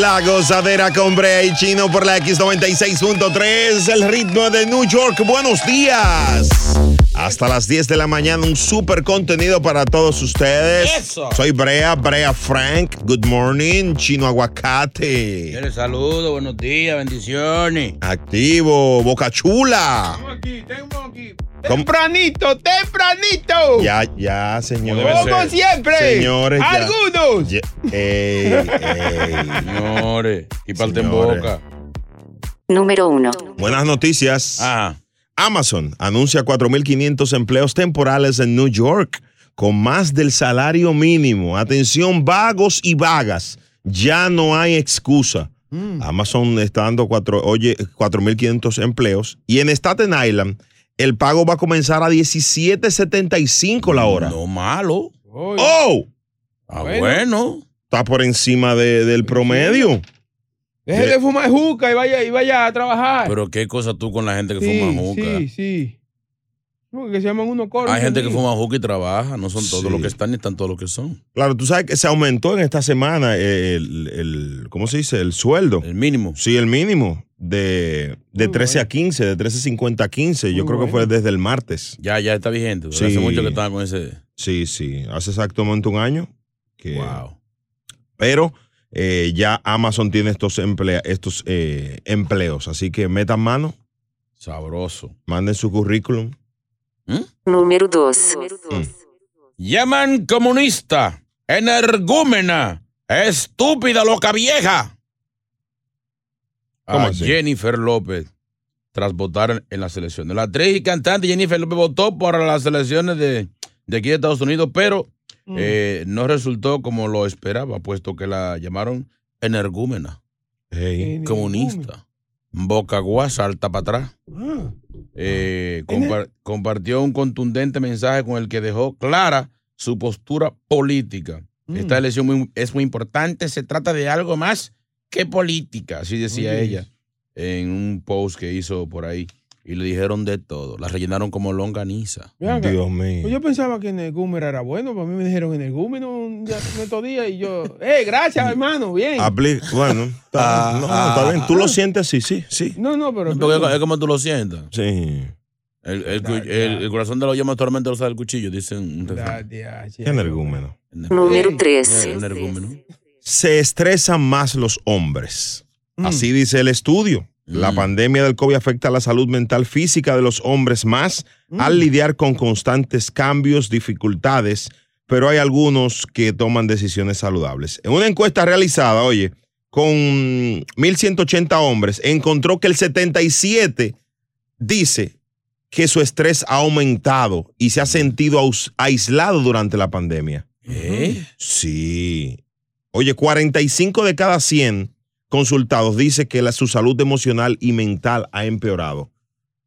La gozadera con Brea y Chino por la X96.3, el ritmo de New York. Buenos días. Hasta las 10 de la mañana, un súper contenido para todos ustedes. Eso. Soy Brea, Brea Frank. Good morning, Chino Aguacate. Yo les saludo, buenos días, bendiciones. Activo, Boca Chula. Tempranito, tempranito. Ya, ya, señor. Como debe ser. siempre. Señores. ya. eh, Algunos. Ya- ey, ey. Señores, y parte en Señores. boca. Número 1. Buenas noticias. Ah, Amazon anuncia 4.500 empleos temporales en New York con más del salario mínimo. Atención, vagos y vagas, ya no hay excusa. Mm. Amazon está dando cuatro- oye, 4.500 empleos y en Staten Island el pago va a comenzar a 17.75 la hora. no malo. ¡Oh! Ah, Bueno. bueno. Está por encima de- del promedio. Deje de fumar juca y vaya, y vaya a trabajar. Pero qué cosa tú con la gente que sí, fuma juca. sí, sí. Porque se llaman unos coros. Hay gente que sí. fuma juca y trabaja. No son todos Sí. los que están ni están todos los que son. Claro, tú sabes que se aumentó en esta semana el, el- ¿cómo se dice? El sueldo. El mínimo. Sí, el mínimo. De, de Muy 13 bueno. a 15, de 13.50 a 15. Yo Muy creo que fue bueno. desde el martes. Ya, ya está vigente. ¿verdad? Sí. Hace mucho que estaba con ese. Sí, sí. Hace exactamente un año. que- Wow. Pero eh, ya Amazon tiene estos, emplea- estos eh, empleos. Así que metan mano, Sabroso. manden su currículum. Número 2. Mm. Llaman comunista, energúmena, estúpida loca vieja. ¿Cómo A así? Jennifer López, tras votar en- en las elecciones. La actriz y cantante Jennifer López votó por las elecciones de, de aquí de Estados Unidos, pero Mm. eh, no resultó como lo esperaba, puesto que la llamaron energúmena, Hey. Energúmena. comunista, boca guasa, salta para atrás. Ah, Eh, compa- compartió un contundente mensaje con el que dejó clara su postura política. Mm. Esta elección muy- es muy importante, se trata de algo más que política, así decía Oye, ella en un post que hizo por ahí. Y le dijeron de todo, la rellenaron como longaniza. ve acá. Dios Pues mío. yo pensaba que en el Gúmer era bueno, para mí me dijeron en el Gúmer un día, un otro día y yo, eh, gracias hermano, bien. Ah. Apli- Ah, bueno, está, no, no, está bien. Tú lo sientes así, sí, sí. No, no, pero Porque es- es como tú Ah, lo sientas. Sí. El, el cu- Ya, ya. el- el corazón de la llama actualmente lo sabe el cuchillo, dicen. un Da- refrán. dia- Qué energúmeno. Número Sí. 3. Un energúmeno. Se estresan más los hombres. Mm. Así dice el estudio. La Mm. pandemia del COVID afecta a la salud mental física de los hombres más al lidiar con constantes cambios, dificultades, pero hay algunos que toman decisiones saludables. En una encuesta realizada, oye, con 1.180 hombres, encontró que el 77 dice que su estrés ha aumentado y se ha sentido aus- aislado durante la pandemia. ¿Eh? Sí. Oye, 45 de cada 100 consultados dice que la- su salud emocional y mental ha empeorado.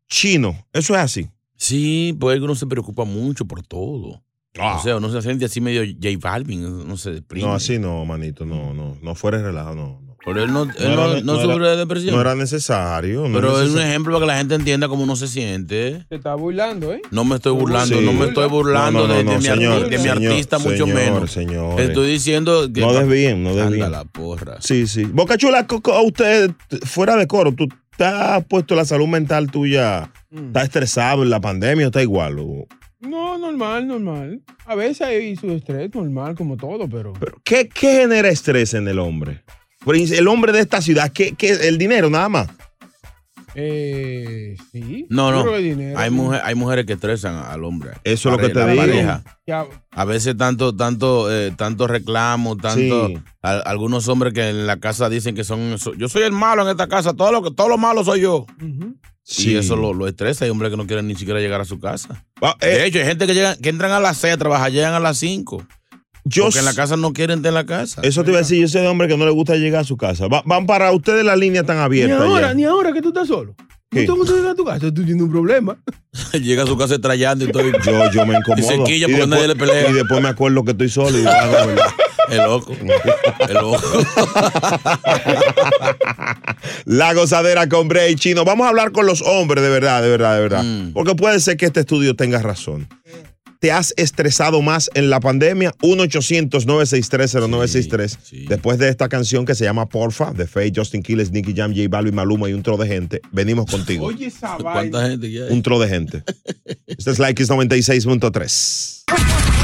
Chino, eso es así. Sí, pues uno se preocupa mucho por todo. O sea, uno se siente así medio J Balvin, no se deprime. Ah. no, así no, manito, no, no, no fuera de relajo, no. no. Pero él no, él No era- no- no no era- sufre de depresión. No era necesario. no pero era es un necesa- ejemplo para que la gente entienda cómo uno se siente. Te está burlando, ¿eh? No me estoy burlando, Sí. no me estoy burlando No, no, de, no, de mi, arti- señor, de mi señor, artista, mucho señor, menos. señores. Estoy diciendo que. No desvíen, no Anda desvíen. la porra. Sí, sí. Boca Chula, co- co- usted, t- fuera de coro, tú te has puesto la salud mental tuya, Mm. está estresado en la pandemia o está igual. o- No, normal, normal. A veces hay su estrés normal como todo, pero Pero, ¿qué, ¿Qué genera estrés en el hombre? Pero El hombre de esta ciudad, ¿qué, qué, el dinero nada más. Eh, sí. No, Yo no. creo que dinero. Hay, mujer- hay mujeres que estresan al hombre. Eso es lo Pare- que te la digo. pareja. Ya, A veces tanto, tanto, eh, tanto reclamo, tanto. Sí. a- algunos hombres que en la casa dicen que son. so- yo soy el malo en esta casa, todo lo, que- todo lo malo soy yo. ujú. Y eso lo, lo estresa. Hay hombres que no quieren ni siquiera llegar a su casa. Ah, De eh, hecho, hay gente que, llega, que entran a las 6 a trabajar, llegan a las 5. yo porque en la s- casa no quieren estar en la casa. Eso te iba a decir, yo sé de hombre que no le gusta llegar a su casa. Va- van para ustedes las líneas tan Ni abiertas. ahora, ya. ni ahora que tú estás solo. ¿Qué? No te gusta llegar a tu casa, tú tienes un problema. Llega a su casa trayando y todo. y- Yo, yo me incomodo. Y se quilla porque nadie le pelea. y después me acuerdo que estoy solo y digo, ah, no, verdad. El loco. El loco. La gozadera con Bray Chino. Vamos a hablar con los hombres, de verdad, de verdad, de verdad. Mm. Porque puede ser que este estudio tenga razón. ¿Te has estresado más en la pandemia? 1-800-963-0963. Sí, sí. Después de esta canción que se llama Porfa, de Faye, Justin Quiles, Nicky Jam, J Balvin, Maluma y un tro de gente, venimos contigo. Oye, esa vaina. ¿Cuánta gente que hay? Un tro de gente. Este es la X96.3.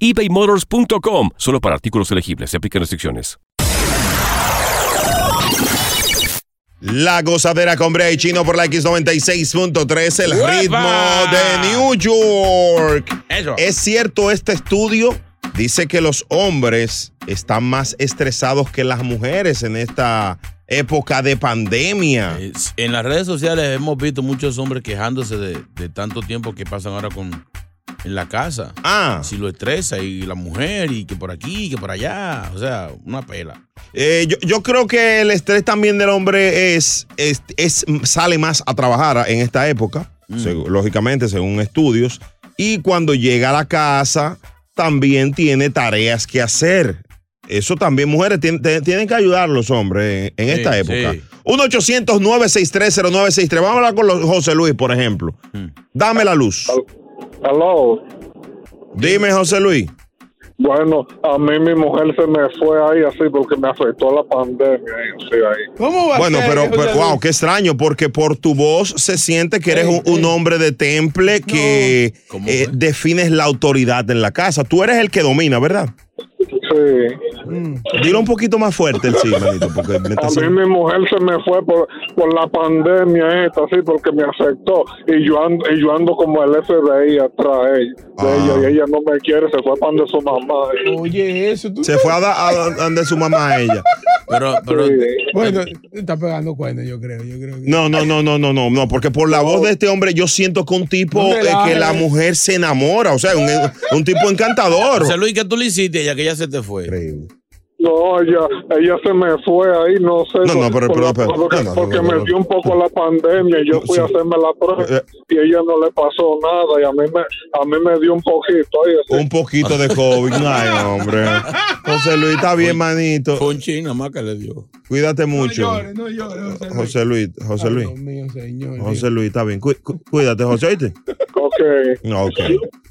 ebaymotors.com. Solo para artículos elegibles. Se aplican restricciones. La gozadera con Brea y Chino por la X96.3, el ¡Uepa! ritmo de New York. Eso. ¿Es cierto este estudio? Dice que los hombres están más estresados que las mujeres en esta época de pandemia. Eh, En las redes sociales hemos visto muchos hombres quejándose de, de tanto tiempo que pasan ahora con en la casa. Ah, Si lo estresa y la mujer y que por aquí, que por allá. O sea, una pela. eh, yo, yo creo que el estrés también del hombre es, es, es- sale más a trabajar en esta época, Mm. seg- lógicamente, según estudios. Y cuando llega a la casa, también tiene tareas que hacer. Eso también, mujeres, tien- te- tienen que ayudar los hombres en, en Sí, esta época. sí. 1-800-963-0963. Vamos a hablar con los- José Luis, por ejemplo. Mm. Dame la luz. Aló. Dime, José Luis. Bueno, a mí mi mujer se me fue ahí así porque me afectó la pandemia y así ahí. ¿Cómo va Bueno, a ser? pero, que pero, José wow, Luis? qué extraño, porque por tu voz se siente que eres Ey, un, un ey. hombre de temple que ¿Cómo eh, fue? defines la autoridad en la casa. Tú eres el que domina, ¿verdad? Sí. Mm. Dilo un poquito más fuerte el sí, manito, porque me A estás- mí mi mujer se me fue por, por la pandemia esta, así porque me afectó. Y yo ando, y yo ando como el FBI atrás de ella, de Ah. ella, y ella no me quiere, se fue para donde su mamá. Oye, eso. Tú se fue a, da- a donde su mamá a ella. Pero, pero eh, Sí. Bueno, está pegando cuernos, yo creo. Yo creo que... No, no, no, no, no, no, no, porque por la voz de este hombre yo siento que un tipo No eh, relajes. que la mujer se enamora, o sea, un, un tipo encantador. José Luis, ¿qué tú le hiciste ya que ya se te fue? Increíble. No, ella, ella se me fue ahí, no sé. No, no, por- pero- por la- pero- pero- porque no, no, porque no, no, me no. dio un poco la pandemia y yo fui Sí. a hacerme la prueba Eh. y a ella no le pasó nada y a mí me, a mí me dio un poquito ahí. así. Un poquito de COVID, ay, hombre. José Luis, está bien, manito. Fue un ching nada más que le dio. Cuídate mucho. No llores, no llores, José Luis. José Luis, José Ay, Luis. Dios mío, señor. José Luis, está bien. Cu- cu- cuídate, José, ¿oíste? Ok. No, ok.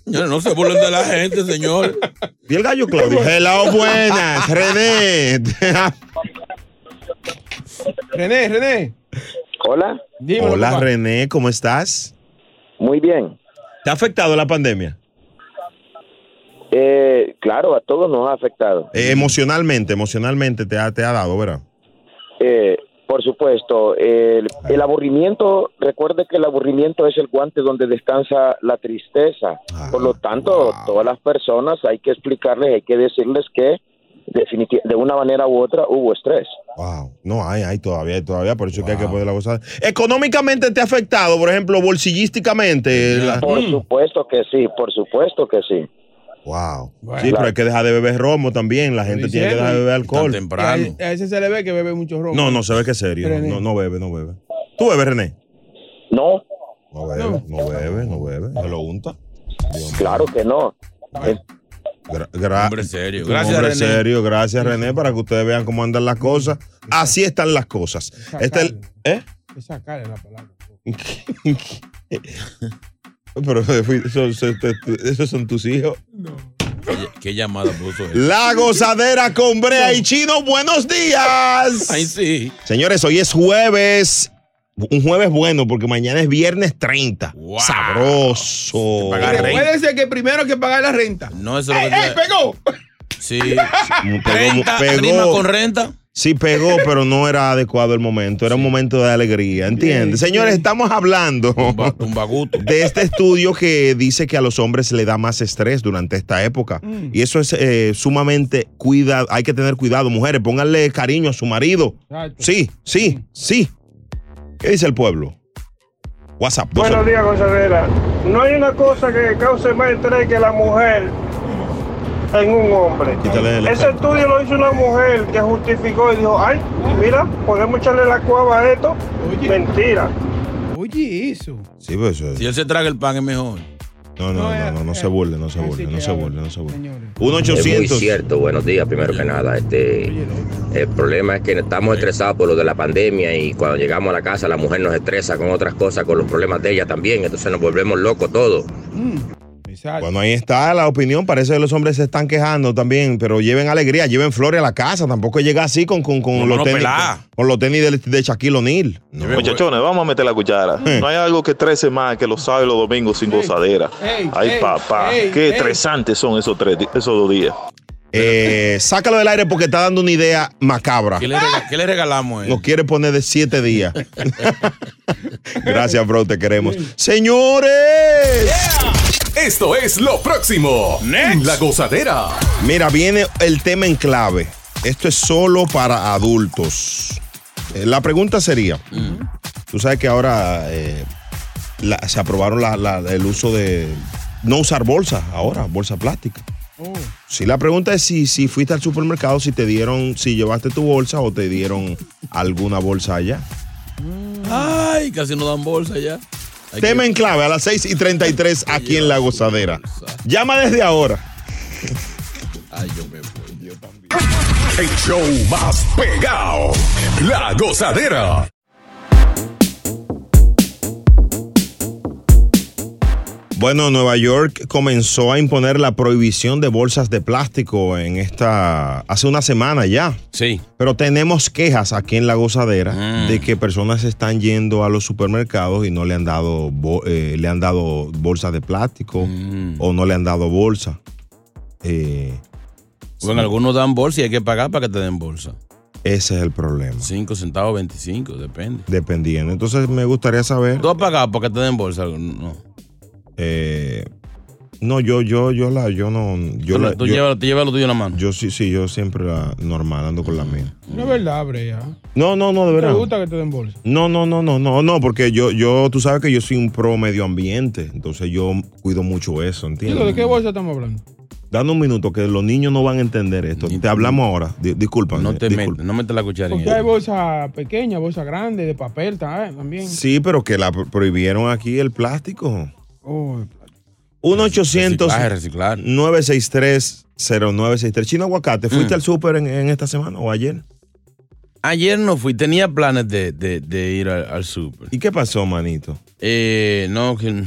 Señores, No se burlen de la gente, señor. Y el gallo Claudio. Hello, buenas, René. René, René. Hola, Dímelo, Hola, papá. René, ¿cómo estás? muy bien. ¿Te ha afectado la pandemia? Eh, claro, a todos nos ha afectado. Eh, emocionalmente, emocionalmente te ha, te ha dado, ¿verdad? Eh, por supuesto, el, el aburrimiento, recuerde que el aburrimiento es el guante donde descansa la tristeza. Ah, Por lo tanto, wow. todas las personas hay que explicarles, hay que decirles que definitiva- de una manera u otra hubo estrés. Wow. No, hay, hay todavía, hay todavía, por eso es que hay que poner la gozada. Económicamente te ha afectado, por ejemplo, bolsillísticamente. la- Mm. Por supuesto que sí, por supuesto que sí. Wow. Bueno. Sí, pero hay que dejar de beber romo también. La gente tiene que dejar de beber Tan alcohol. A, temprano. a ese se le ve que bebe mucho romo. No, no, se ve que es serio. René. No, no bebe, no bebe. ¿Tú bebes, René? No, No bebe, no bebe, no bebe. Se lo unta. claro que no. Eh, Gra- gra- Hombre serio. un Gracias, hombre René. serio. Gracias, René, para que ustedes vean cómo andan las cosas. Así están las cosas. Este es el- ¿eh? Esa cara es la palabra. Pero eso- eso- esos son tus hijos. Oye, ¿Qué llamada puso él? La gozadera con Brea y Chino, buenos días. Ay, sí. Señores, hoy es jueves. Un jueves bueno, porque mañana es viernes 30. Wow. Sabroso. Pagar Pero renta. puede ser que primero hay que pagar la renta. No, eso es ¡Eh, lo que eh, te- pegó! Sí. Pegó, Renta, pegó. prima con renta. Sí, pegó, pero no era adecuado el momento. Era un momento de alegría, ¿entiendes? Señores, estamos hablando Tumba, tumbaguto. de este estudio que dice que a los hombres le da más estrés durante esta época. Y eso es eh, sumamente cuidado. Hay que tener cuidado, mujeres. Pónganle cariño a su marido. Exacto. Sí, sí, sí. ¿Qué dice el pueblo? WhatsApp. dos- Buenos días, gozadera. No hay una cosa que cause más estrés que la mujer en un hombre. Quítale el Ese estudio lo hizo una mujer que justificó y dijo, ay, mira, podemos echarle la cuava a esto. Oye. Mentira. Oye, eso. Sí, pues, eso es- Si él se traga el pan es mejor. No, no, no, no, no, se burle, no se Así burle, no que, se a ver, burle, no se burle. señores. 1 Es muy 800 cierto, buenos días, primero que nada. Este, el problema es que estamos estresados por lo de la pandemia y cuando llegamos a la casa la mujer nos estresa con otras cosas, con los problemas de ella también, entonces nos volvemos locos todos. Exacto. Bueno, ahí está la opinión. Parece que los hombres se están quejando también, pero lleven alegría, lleven flores a la casa. Tampoco llega así con, con, con No, los, no, tenis, pelá. con, con los tenis de, de Shaquille O'Neal. No. Lleven- Muchachones, vamos a meter la cuchara. Mm. No hay algo que trece más que los sábados y los domingos sin Ey, gozadera. ey, Ay, ey, papá, ey, qué ey. estresantes son esos, tres, di- esos dos días. Eh, sácalo del aire porque está dando una idea macabra. ¿Qué le, rega- qué le regalamos eh? a él? Nos quiere poner de siete días. Gracias, bro, te queremos. Señores. Esto es lo próximo. en La gozadera. Mira, viene el tema en clave. Esto es solo para adultos. Eh, La pregunta sería, tú sabes que ahora eh, la- se aprobaron la- la- el uso de no usar bolsas ahora, bolsa plástica. Si la pregunta es si, si fuiste al supermercado, si te dieron, si llevaste tu bolsa o te dieron alguna bolsa allá. Ay, casi no dan bolsa ya. Hay Tema que- en clave a las 6 y 33 aquí en La Gozadera. bolsa. Llama desde ahora. Ay, yo me voy, yo también. El show más pegado. La gozadera. Bueno, Nueva York comenzó a imponer la prohibición de bolsas de plástico en esta hace una semana ya. Sí. Pero tenemos quejas aquí en la gozadera Ah. de que personas están yendo a los supermercados y no le han dado bo- eh, le han dado bolsas de plástico Mm. o no le han dado bolsa. Eh, Bueno, algunos dan bolsa y hay que pagar para que te den bolsa. ese es el problema. 5 centavos, 25, depende. Dependiendo. Entonces me gustaría saber. ¿Tú has pagado para que te den bolsa? No. eh, no, yo, yo, yo la, yo no, yo, tú la- tú yo- llevas, te llevas lo tuyo en la mano. yo sí, sí, yo siempre la normal ando con la Mm. mía. No es verdad, Brea. No, no, no, de ¿Te verdad. gusta que te den bolsa? No, no, no, no, no, no, porque yo, yo, tú sabes que yo soy un pro medio ambiente, entonces yo cuido mucho eso, Chico, ¿De ¿entiendes? qué bolsa estamos hablando? Dame un minuto que los niños no van a entender esto. Te hablamos ahora. Di- discúlpame. no te disculpa. metes, no metes la cuchara en Porque hay eso. bolsa pequeña, bolsa grande, de papel ta- también. Sí, pero que la pro- prohibieron aquí el plástico. Oh, 1 Reciclaje, 800 reciclar. 963 0963 Chino Aguacate, ¿fuiste Mm. al súper en, en esta semana o ayer? Ayer no fui, tenía planes de, de- de ir al, al súper. ¿Y qué pasó, manito? Eh, no, que-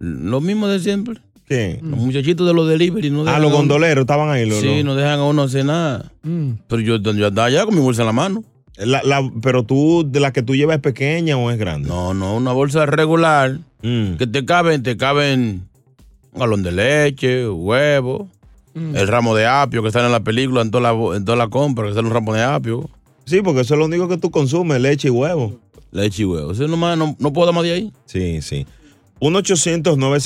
lo mismo de siempre. ¿Qué? Los muchachitos de los delivery no Ah, dejan. los a uno- gondoleros estaban ahí. Los, Sí, los- no dejan a uno hacer nada. mm. Pero yo, yo andaba allá con mi bolsa en la mano. La- la- pero tú, de la que tú llevas es pequeña o es grande? No, no, una bolsa regular. Mm. Que te caben, te caben un galón de leche, huevo, Mm. el ramo de apio que sale en la película, en toda la, bo- en toda la compra, que sale un ramo de apio, Sí, porque eso es lo único que tú consumes, leche y huevo. leche y huevo. Eso nomás, no, no puedo dar más de ahí. Sí, sí.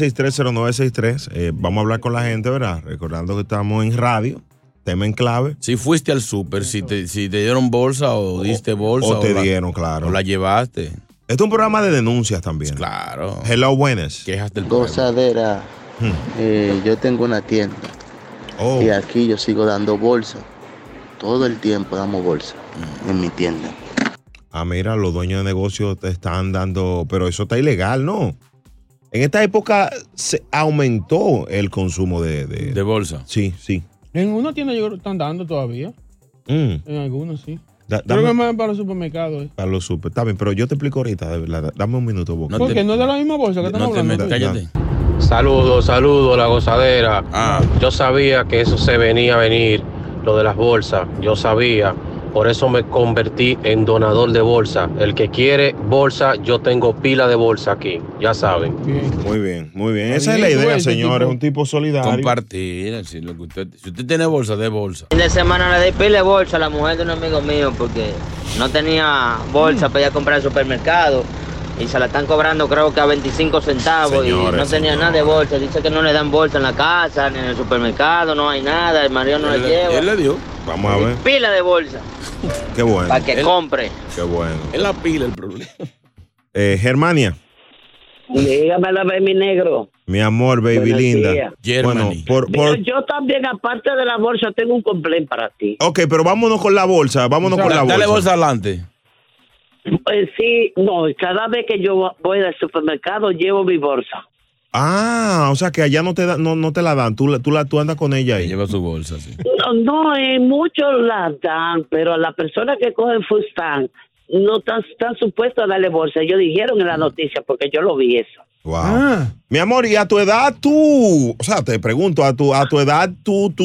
1-800-963-0963. Eh, vamos a hablar con la gente, ¿verdad? Recordando que estamos en radio, tema en clave. Si fuiste al súper, si te, si te dieron bolsa o diste bolsa o te la, dieron, claro. o la llevaste. Este es un programa de denuncias también. Claro. Hello, buenas. Quejas del pueblo. Gozadera, Hmm. Eh, yo tengo una tienda Oh, aquí yo sigo dando bolsa. Todo el tiempo damos bolsa en mi tienda. Ah, mira, los dueños de negocios te están dando, pero eso está ilegal, ¿no? En esta época se aumentó el consumo de, de, bolsa. Sí, sí. En una tienda yo creo que están dando todavía. Mm, En algunos sí. da- Creo que dame más para los supermercados. eh. para los super. Está bien, pero yo te explico ahorita, de verdad. Dame un minuto, Boca. Porque no es de la misma bolsa que estamos hablando. tú. Saludos, saludos, la gozadera. Yo sabía que eso se venía a venir, lo de las bolsas. Yo sabía. Por eso me convertí en donador de bolsa. El que quiere bolsa, yo tengo pila de bolsa aquí. Ya saben. Muy bien, muy bien. Esa es la idea, señores. Un tipo solidario. Compartir. Si, lo que usted, si usted tiene bolsa, de bolsa. Fin de semana le di pile bolsa a la mujer de un amigo mío porque no tenía bolsa para ir a comprar al supermercado y se la están cobrando creo que a 25 centavos y Señores, no tenía nada de bolsa. Dice que no le dan bolsa en la casa ni en el supermercado, no hay nada, el marido no la lleva. le dio. Vamos a ver. Pila de bolsa Qué bueno. para que compre. Qué bueno. Es la pila el problema. Eh, Germania, Dígame la mi negro. mi amor, baby Buenos linda. días. Bueno, por, Mira, por- yo también, aparte de la bolsa, tengo un complaint para ti. Ok, pero vámonos con la bolsa. Vámonos con la bolsa. Dale bolsa adelante. Eh, sí, no, cada vez que yo voy al supermercado, llevo mi bolsa. Ah, o sea que allá no te, da- no, no te la dan. Tú, la- tú, la, tú andas con ella ahí. Lleva su bolsa, sí. No, no eh, muchos la dan, pero a la persona que cogen Fustan no están, están supuestos a darle bolsa. Ellos dijeron en la noticia, porque yo lo vi eso. Wow. Mi amor, y a tu edad tú, o sea, te pregunto, a tu, a tu edad tú, tú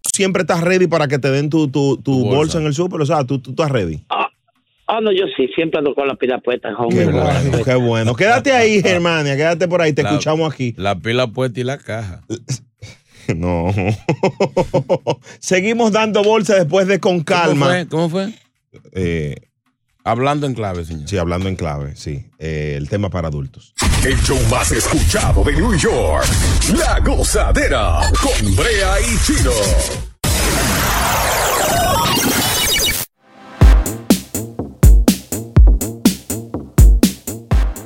siempre estás ready para que te den tu, tu, tu bolsa. en el súper, o sea, tú, tú, tú estás ready. Ah, no, yo sí, siempre ando con la pila puesta, hombre. Bueno, Oh, qué bueno. Quédate ahí, Germania, quédate por ahí, te La- escuchamos aquí. La pila puesta y la caja. No. Seguimos dando bolsa después de con calma. fue? ¿Cómo fue? hablando en clave, señor. Eh, Sí, hablando en clave, sí. Eh, el tema para adultos. El show más escuchado de New York. La gozadera con Brea y Chino.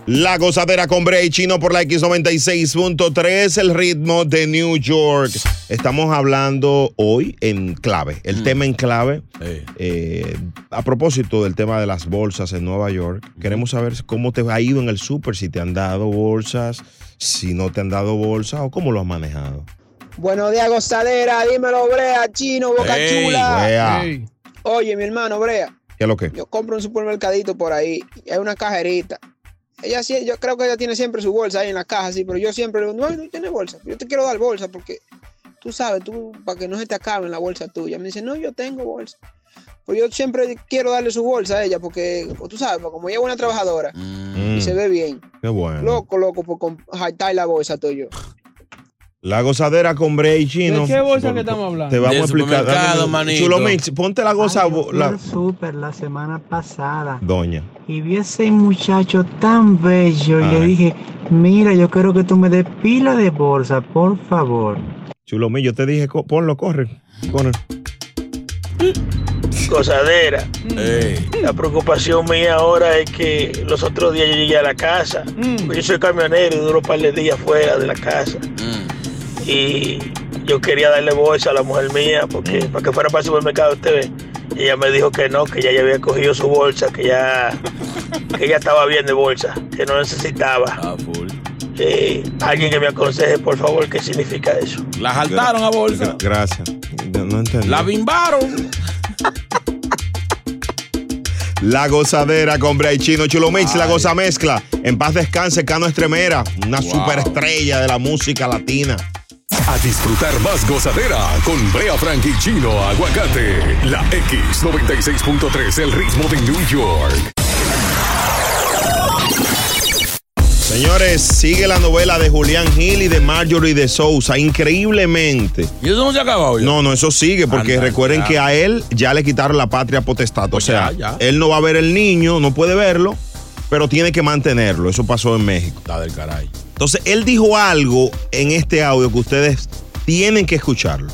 La gozadera con Bray Chino por la X96.3, el ritmo de New York. Estamos hablando hoy en clave, el tema en clave. Eh, a propósito del tema de las bolsas en Nueva York, queremos saber cómo te ha ido en el súper, si te han dado bolsas, si no te han dado bolsas o cómo lo has manejado. Buenos días, gozadera. Dímelo, Brea, chino, boca Ey, chula. Brea. Oye, mi hermano, Brea, ¿Qué es lo que? yo compro un supermercadito por ahí. y hay una cajerita. Ella sí, yo creo que ella tiene siempre su bolsa ahí en la caja, sí, pero yo siempre le digo, no, no tiene bolsa. Yo te quiero dar bolsa porque tú sabes, tú, para que no se te acabe la bolsa tuya. Me dice, no, yo tengo bolsa. Pues yo siempre quiero darle su bolsa a ella porque, pues, tú sabes, pues, como ella es una trabajadora y se ve bien. Qué bueno. Loco, loco, por comp- jaitar la bolsa tuya. La gozadera con Bray Chino. ¿De qué bolsa que estamos hablando? Te vamos Del a explicar. supermercado, Dame- manito. Chulo Mix, ponte la goza. la, súper la semana pasada doña. y vi ese muchacho tan bello y le dije, mira, yo quiero que tú me des pila de bolsa, por favor. Chulo Mix, yo te dije, co- ponlo, corre. corre. Cosadera. La preocupación mía ahora es que los otros días yo llegué a la casa. Yo soy camionero y duro un par de días fuera de la casa. Mm. Y yo quería darle bolsa a la mujer mía porque Mm. para que fuera para el supermercado usted ve. Y ella me dijo que no, que ella ya había cogido su bolsa, que ya, que ya estaba bien de bolsa, que no necesitaba. Ah, Eh, alguien que me aconseje, por favor, qué significa eso. La saltaron a bolsa. Gra- Gracias. No, no entendí. La bimbaron. La gozadera con Bray Chino, Chulo Mix, la goza mezcla. En paz descanse, Cano Estremera, una superestrella de la música latina. A disfrutar más gozadera con Brea Frank y Chino Aguacate. La X96.3, el ritmo de New York. Señores, sigue la novela de Julián Gil y de Marjorie de Sousa, increíblemente. ¿Y eso no se ha acabado ya? No, no, eso sigue, porque Ah, Anda, recuerden ya. Pues que a él ya le quitaron la patria potestad. O sea, ya, ya. él no va a ver el niño, no puede verlo, pero tiene que mantenerlo. Eso pasó en México. Está del caray. Entonces, él dijo algo en este audio que ustedes tienen que escucharlo.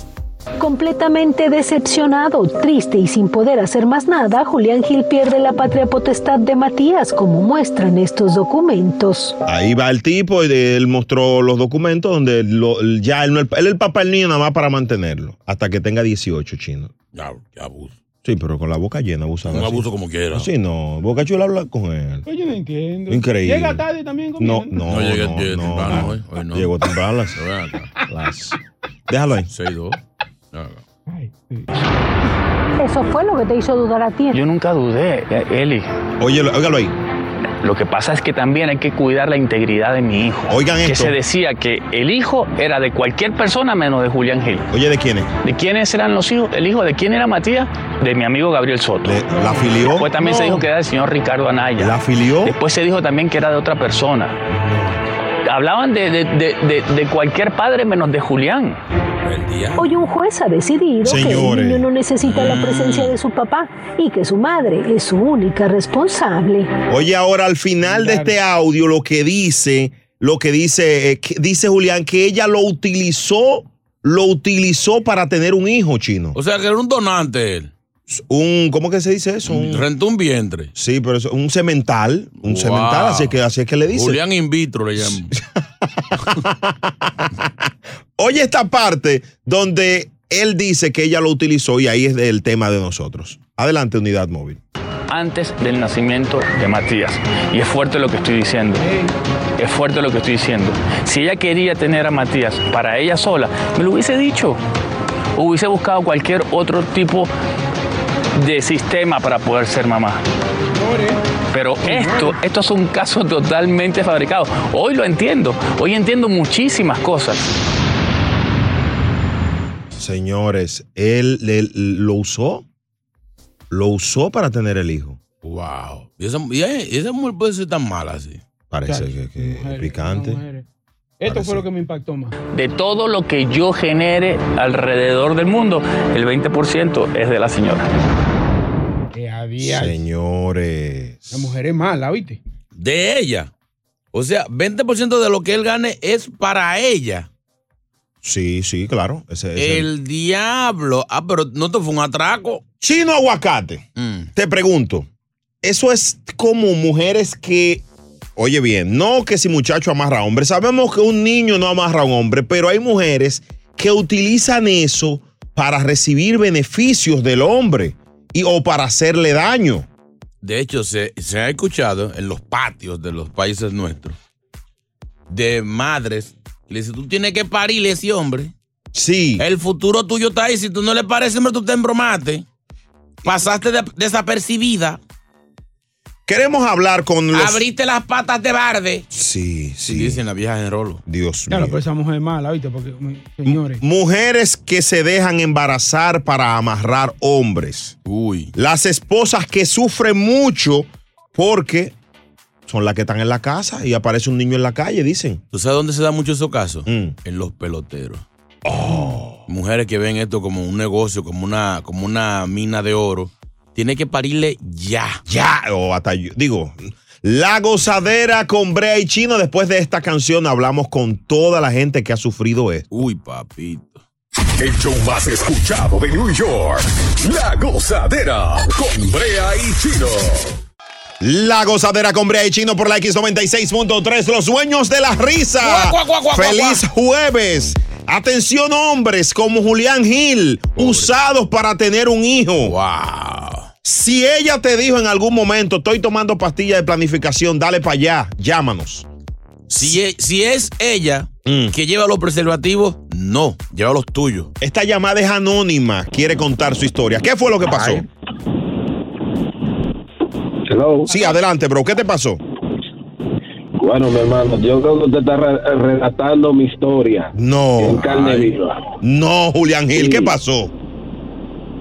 Completamente decepcionado, triste y sin poder hacer más nada, Julián Gil pierde la patria potestad de Matías, como muestran estos documentos. Ahí va el tipo y él mostró los documentos donde lo- ya él, no- él el papá del niño nada más para mantenerlo hasta que tenga 18 chino. Ya, ya abuso. Sí, pero con la boca llena abusada. Un así. abuso como quiera. Sí, no. Boca Chula habla con él. Pues yo no entiendo. Increíble. Llega tarde también No, comiendo. no. No, llegué- no, llegué no, temprano no. hoy, hoy no. Llegó temprano las- Pero ven acá. las- Déjalo ahí. 6-2. Eso fue lo que te hizo dudar a ti. Yo nunca dudé, eh, Eli. Oye, óigalo ahí. Lo que pasa es que también hay que cuidar la integridad de mi hijo. Oigan que esto. se decía que el hijo era de cualquier persona menos de Julián Gil. Oye, ¿de quiénes? ¿De quiénes eran los hijos? ¿El hijo de quién era Matías? De mi amigo Gabriel Soto. ¿La afilió? Después también se No. dijo que era del señor Ricardo Anaya. ¿La afilió? Después se dijo también que era de otra persona. Hablaban de, de- de- de- de cualquier padre menos de Julián. Hoy un juez ha decidido que Señores. el niño no necesita la presencia de su papá y que su madre es su única responsable. Oye, ahora al final de este audio lo que dice, lo que dice, eh, que- dice Julián que ella lo utilizó, lo utilizó para tener un hijo chino. O sea que era un donante él. Un, ¿cómo que se dice eso? Un, Rentó un vientre. sí, pero es un cemental, un Wow. cemental, así es que así es que le dice. Julián in vitro le llaman. Oye esta parte donde él dice que ella lo utilizó y ahí es el tema de nosotros. Adelante, unidad móvil. antes del nacimiento de Matías. Y es fuerte lo que estoy diciendo. Es fuerte lo que estoy diciendo. Si ella quería tener a Matías para ella sola, me lo hubiese dicho. Hubiese buscado cualquier otro tipo de sistema para poder ser mamá. eh. Pero esto, esto es un caso totalmente fabricado. Hoy lo entiendo. Hoy entiendo muchísimas cosas. Señores, él, él lo usó, lo usó para tener el hijo. Wow. Y esa, y esa- y esa mujer puede ser tan mala así. Parece que, que picante. Esto fue lo que me impactó más. De todo lo que yo genere alrededor del mundo, el 20% es de la señora. Señores. La mujer es mala, ¿oíste? De ella. O sea, 20% de lo que él gane es para ella. Sí, sí, claro. Ese, ese- El diablo. Ah, pero no te fue un atraco. Chino aguacate. mm. Te pregunto, eso es como mujeres que, oye bien, no que si muchacho amarra a hombre, sabemos que un niño no amarra a un hombre, pero hay mujeres que utilizan eso para recibir beneficios del hombre y, o para hacerle daño. De hecho, se, se ha escuchado en los patios de los países nuestros de madres. Le dice, tú tienes que parir a ese hombre. Sí. El futuro tuyo está ahí. Si tú no le pareces, hombre, tú te embromaste. Pasaste de- desapercibida. Queremos hablar con los... Abriste las patas de barde. Sí, sí. Dicen las viejas en rolo. Dios mío. Claro, pero Pues esa mujer es mala, ¿oíste? Porque, mm, señores. Mujeres que se dejan embarazar para amarrar hombres. Uy. Las esposas que sufren mucho porque son las que están en la casa y aparece un niño en la calle, dicen. ¿Tú sabes dónde se da mucho esos casos? Mm. En los peloteros. Mujeres que ven esto como un negocio, como una, como una mina de oro. Tiene que parirle ya. Ya, o hasta yo- Digo, la gozadera con Brea y Chino. Después de esta canción hablamos con toda la gente que ha sufrido esto. Uy, papi. El show más escuchado de New York. La gozadera con Brea y Chino. La gozadera con Brea y Chino por la X96.3, los sueños de la risa. Guau, guau, guau, guau, Feliz jueves. Atención hombres como Julián Gil, usados para tener un hijo. Si ella te dijo en algún momento, estoy tomando pastillas de planificación, dale para allá, llámanos. Si es, si es ella que lleva los preservativos, no, lleva los tuyos. Esta llamada Mm. es anónima, quiere contar su historia. ¿Qué fue lo que pasó? Sí, adelante, bro. ¿Qué te pasó? Bueno, mi hermano, yo creo que usted está re- relatando mi historia. No. En carne viva. No, Julián Gil, ¿qué pasó?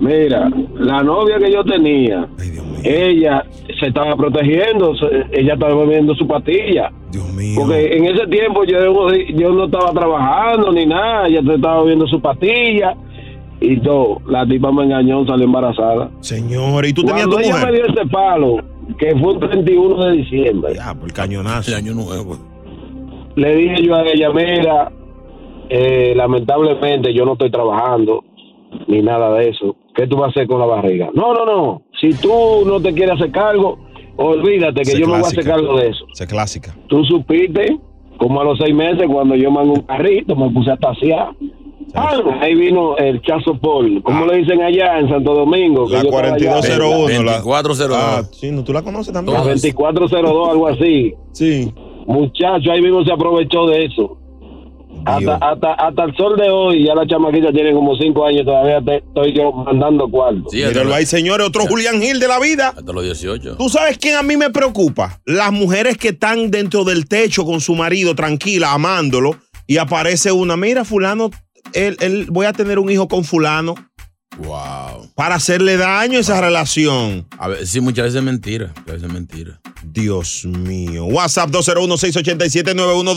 Mira, la novia que yo tenía, ella se estaba protegiendo, se- ella estaba bebiendo su pastilla. Porque en ese tiempo yo, yo no estaba trabajando ni nada, ella se estaba bebiendo su pastilla y todo. La tipa me engañó, salió embarazada. Señor, ¿y tú tenías Cuando tu ella mujer? me dio ese palo, que fue el 31 de diciembre. Ah, por el cañonazo. El año nuevo. le dije yo a ella, mira, eh, lamentablemente yo no estoy trabajando ni nada de eso. ¿Qué tú vas a hacer con la barriga? No, no, no. Si tú no te quieres hacer cargo, olvídate que Se yo no voy a clásica. hacer cargo de eso. Esa es clásica. Tú supiste como a los seis meses cuando yo mandé un carrito, me puse a tasear. Ah, ahí vino el Chazo Paul. Ah. ¿Cómo le dicen allá en Santo Domingo? Que La yo estaba allá- 4201. La 2402. Ah, sí, no, tú la conoces también. la 2402, algo así. Sí. Muchacho, ahí mismo se aprovechó de eso. Hasta, hasta, hasta el sol de hoy, ya la chamaquita tiene como cinco años, todavía te- estoy yo mandando cuarto. Míralo ahí, señores, otro Julián Gil de la vida. Hasta los 18. ¿Tú sabes quién a mí me preocupa? Las mujeres que están dentro del techo con su marido, tranquila, amándolo, y aparece una, mira, fulano, él, él- voy a tener un hijo con fulano. Wow. Para hacerle daño a esa relación. A ver, sí, muchas veces es mentira. Muchas veces es mentira. Dios mío. WhatsApp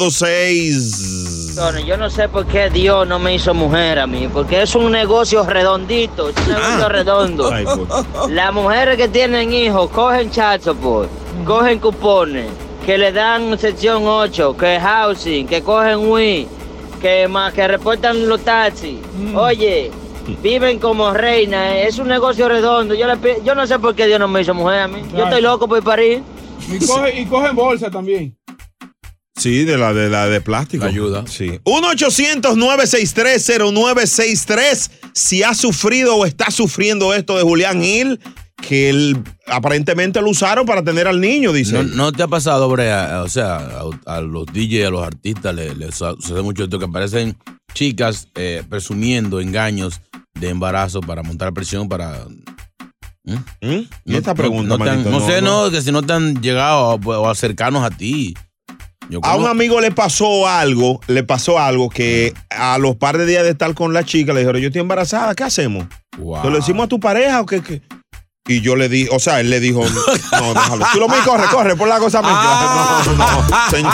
201-687-9126. Bueno, yo no sé por qué Dios no me hizo mujer a mí, porque es un negocio redondito, es un negocio redondo. Ay, por- Las mujeres que tienen hijos cogen chatopor, cogen cupones, que le dan sección 8, que housing, que cogen Wii, que más que reportan los taxis. Oye, viven como reina, eh, es un negocio redondo. Yo, le pi- yo no sé por qué Dios no me hizo mujer a mí. Yo Claro. estoy loco por París. Y cogen y cogen bolsa también. Sí, de la de, la de plástico. ayuda. Sí. 1-800-963-0963. Si ha sufrido o está sufriendo esto de Julián Hill, que él, aparentemente lo usaron para tener al niño, dice. ¿No, no te ha pasado, Brea? O sea, a, a los DJ, a los artistas les, les su- sucede mucho esto, que aparecen chicas eh, presumiendo engaños de embarazo para montar presión, para... ¿Mm? ¿Y esta pregunta, no, te han- manito? no No, sé, no. no. que si no te han llegado a- o a cercanos a ti. Yo A un conozco- amigo le pasó algo, le pasó algo que a los par de días de estar con la chica le dijeron, yo estoy embarazada, ¿qué hacemos? ¿Te lo decimos a tu pareja o qué? qué?" Y yo le dije, o sea, él le dijo, no, déjalo. Tú lo mío, corre, corre, por la cosa me Ah. No, no, señor.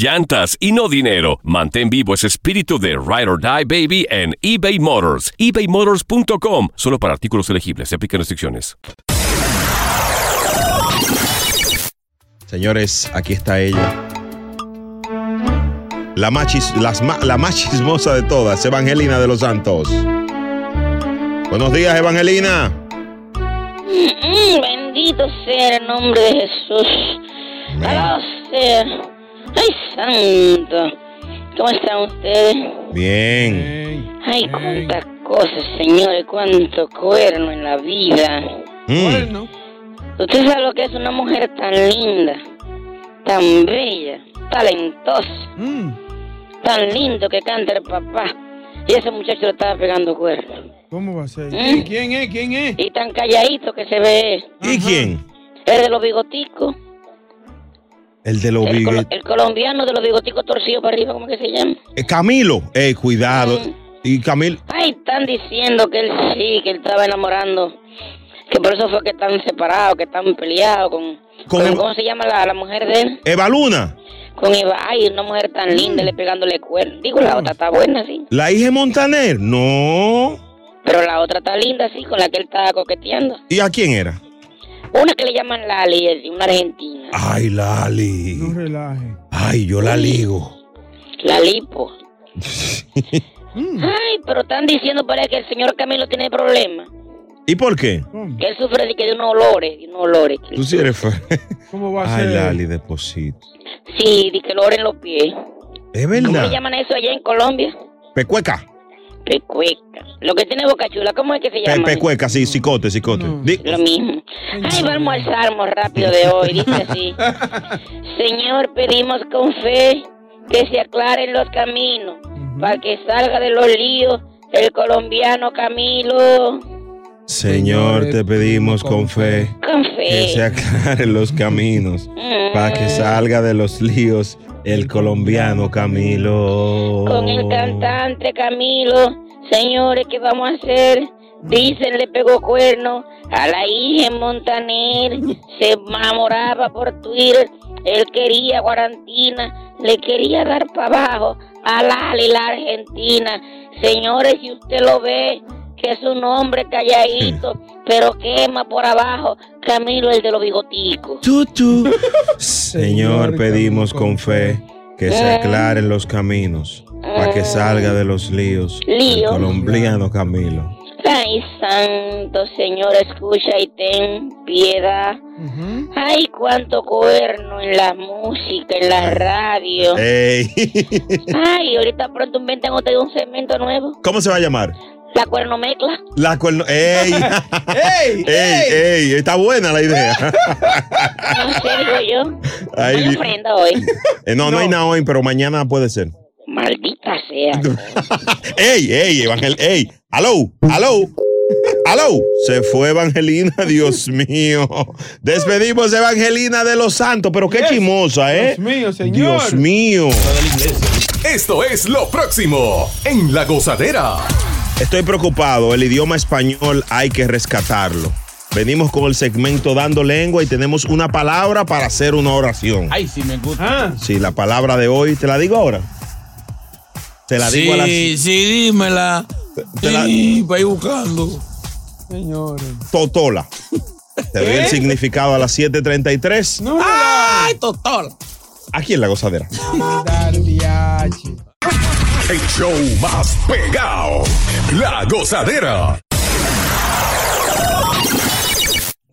llantas y no dinero? Mantén vivo ese espíritu de Ride or Die Baby en eBay Motors. ebaymotors.com. Solo para artículos elegibles. Se aplican restricciones. Señores, aquí está ella. La más, chis- las ma- la más chismosa de todas, Evangelina de los Santos. Buenos días, Evangelina. Mm, Bendito sea el nombre de Jesús. Alabado sea. Ay, santo. ¿Cómo están ustedes? Bien. Ay, cuántas cosas, señores. Cuánto cuerno en la vida. Mm. Usted sabe lo que es una mujer tan linda, tan bella, talentosa, Mm. tan lindo que canta el papá. Y ese muchacho le estaba pegando cuerno. ¿Cómo va a ser? ¿Mm? ¿Quién es? ¿Quién es? Y tan calladito que se ve. ¿Y quién? El de los bigoticos. El de los El, colo- bigotes. el colombiano de los bigoticos torcidos para arriba, ¿cómo que se llama? Eh, Camilo. Eh, cuidado. Mm. Y Camilo. Ay, están diciendo que él sí, que él estaba enamorando. Que por eso fue que están separados, que están peleados con... Con con- Eva- ¿Cómo se llama la, la mujer de él? Evaluna. Con Eva. Ay, una mujer tan linda, le pegándole cuerno. Digo, la otra está buena, sí. La hija de Montaner. No. Pero la otra está linda, sí, con la que él estaba coqueteando. ¿Y a quién era? Una que le llaman Lali, es una argentina. Ay, Lali. No relaje. Ay, yo la ligo. La lipo. Ay, pero están diciendo para que el señor Camilo tiene problemas. ¿Y por qué? Que él sufre de, que de unos olores, de unos olores. Tú sí eres fe- ¿Cómo va a Ay, ser? Lali, deposito. Sí, de que olores en los pies. Es ¿Cómo le verdad. llaman eso allá en Colombia? Pecueca. Pecueca. Lo que tiene boca chula, ¿cómo es que se Pe- llama? pecueca, sí, cicote, cicote. Di- Lo mismo. Ay, vamos al salmo rápido de hoy, dice así. Señor, pedimos con fe que se aclaren los caminos, para que salga de los líos el colombiano Camilo. Señor, te pedimos con fe Con que fe. se aclaren los caminos Mm. para que salga de los líos El colombiano Camilo. Con el cantante Camilo, señores, ¿qué vamos a hacer? Dicen le pegó cuerno a la hija en Montaner, se enamoraba por Twitter, él quería Guarantina, le quería dar para abajo a la Ale, la Argentina. Señores, si usted lo ve, que es un hombre calladito, pero quema por abajo Camilo, el de los bigoticos. Tutu. Señor, pedimos con fe que Eh. se aclaren los caminos Mm. para que salga de los líos. El Lío. colombiano Camilo. Ay, santo Señor, escucha y ten piedad. Ay, cuánto cuerno en la música, en la radio. Eh. Ay, ahorita pronto inventan ustedes un segmento nuevo. ¿Cómo se va a llamar? La cuernomecla. La cuerno. ¡Ey! ¡Ey! ¡Ey! Está buena la idea. No sé, digo yo. Ay, Hay Dios. ofrenda hoy. Eh, no, no, hay nada hoy, pero mañana puede ser. Maldita sea. ¡Ey! ¡Ey! Evangel. ¡Ey! ¡Aló! ¡Aló! ¡Aló! Se fue Evangelina, Dios mío. Despedimos a Evangelina de los Santos, pero qué chimosa, ¿eh? Dios mío, señor. Dios mío. Esto es lo próximo en La Gozadera. Estoy preocupado, el idioma español hay que rescatarlo. Venimos con el segmento Dando Lengua y tenemos una palabra para hacer una oración. Ay, sí me gusta. Sí, la palabra de hoy, ¿te la digo ahora? Te la digo a las Sí, sí, dímela. Sí, para ir buscando. Señores. Totola. Te doy el significado a las 7.33. ¡Ay, Totola! Ah. Aquí en la gozadera. El show más pegado. La Gozadera.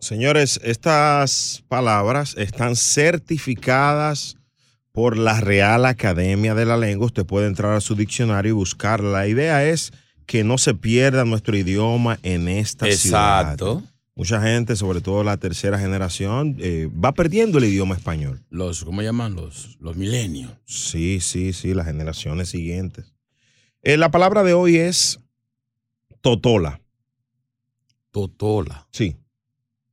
Señores, estas palabras están certificadas por la Real Academia de la Lengua. Usted puede entrar a su diccionario y buscarla. La idea es que no se pierda nuestro idioma en esta ciudad. Exacto. Mucha gente, sobre todo la tercera generación, eh, va perdiendo el idioma español. Los, ¿cómo llaman? Los, los milenios. Sí, sí, sí, las generaciones siguientes. Eh, la palabra de hoy es totola. Totola. Sí.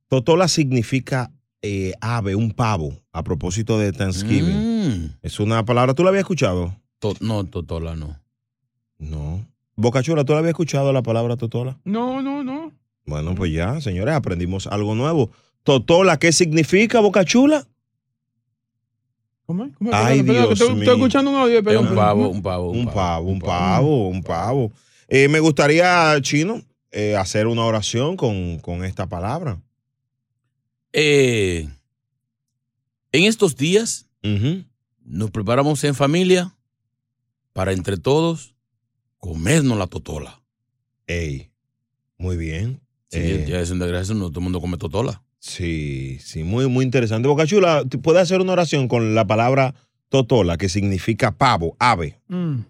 Totola significa eh, ave, un pavo, a propósito de Thanksgiving. Es una palabra, ¿tú la habías escuchado? Mm. To- no, Totola no. No. Bocachula, ¿tú la habías escuchado la palabra totola? No, no, no. Bueno, pues ya, señores, aprendimos algo nuevo. Totola, ¿qué significa Bocachula? ¿Cómo es? ¿Cómo es? Ay, Perdón, perdón, Dios que estoy, mío. estoy escuchando un audio. Perdón, perdón. un pavo, un pavo. Un pavo, un pavo. Eh, me gustaría, Chino, eh, hacer una oración con, con esta palabra. Eh, en estos días nos preparamos en familia para entre todos comernos la totola. Ey, muy bien. Sí, Eh. el día de acción de gracias no todo el mundo come totola. Sí, sí, muy, muy interesante. Bocachula, ¿te ¿puedes hacer una oración con la palabra totola, que significa pavo, ave? Mm.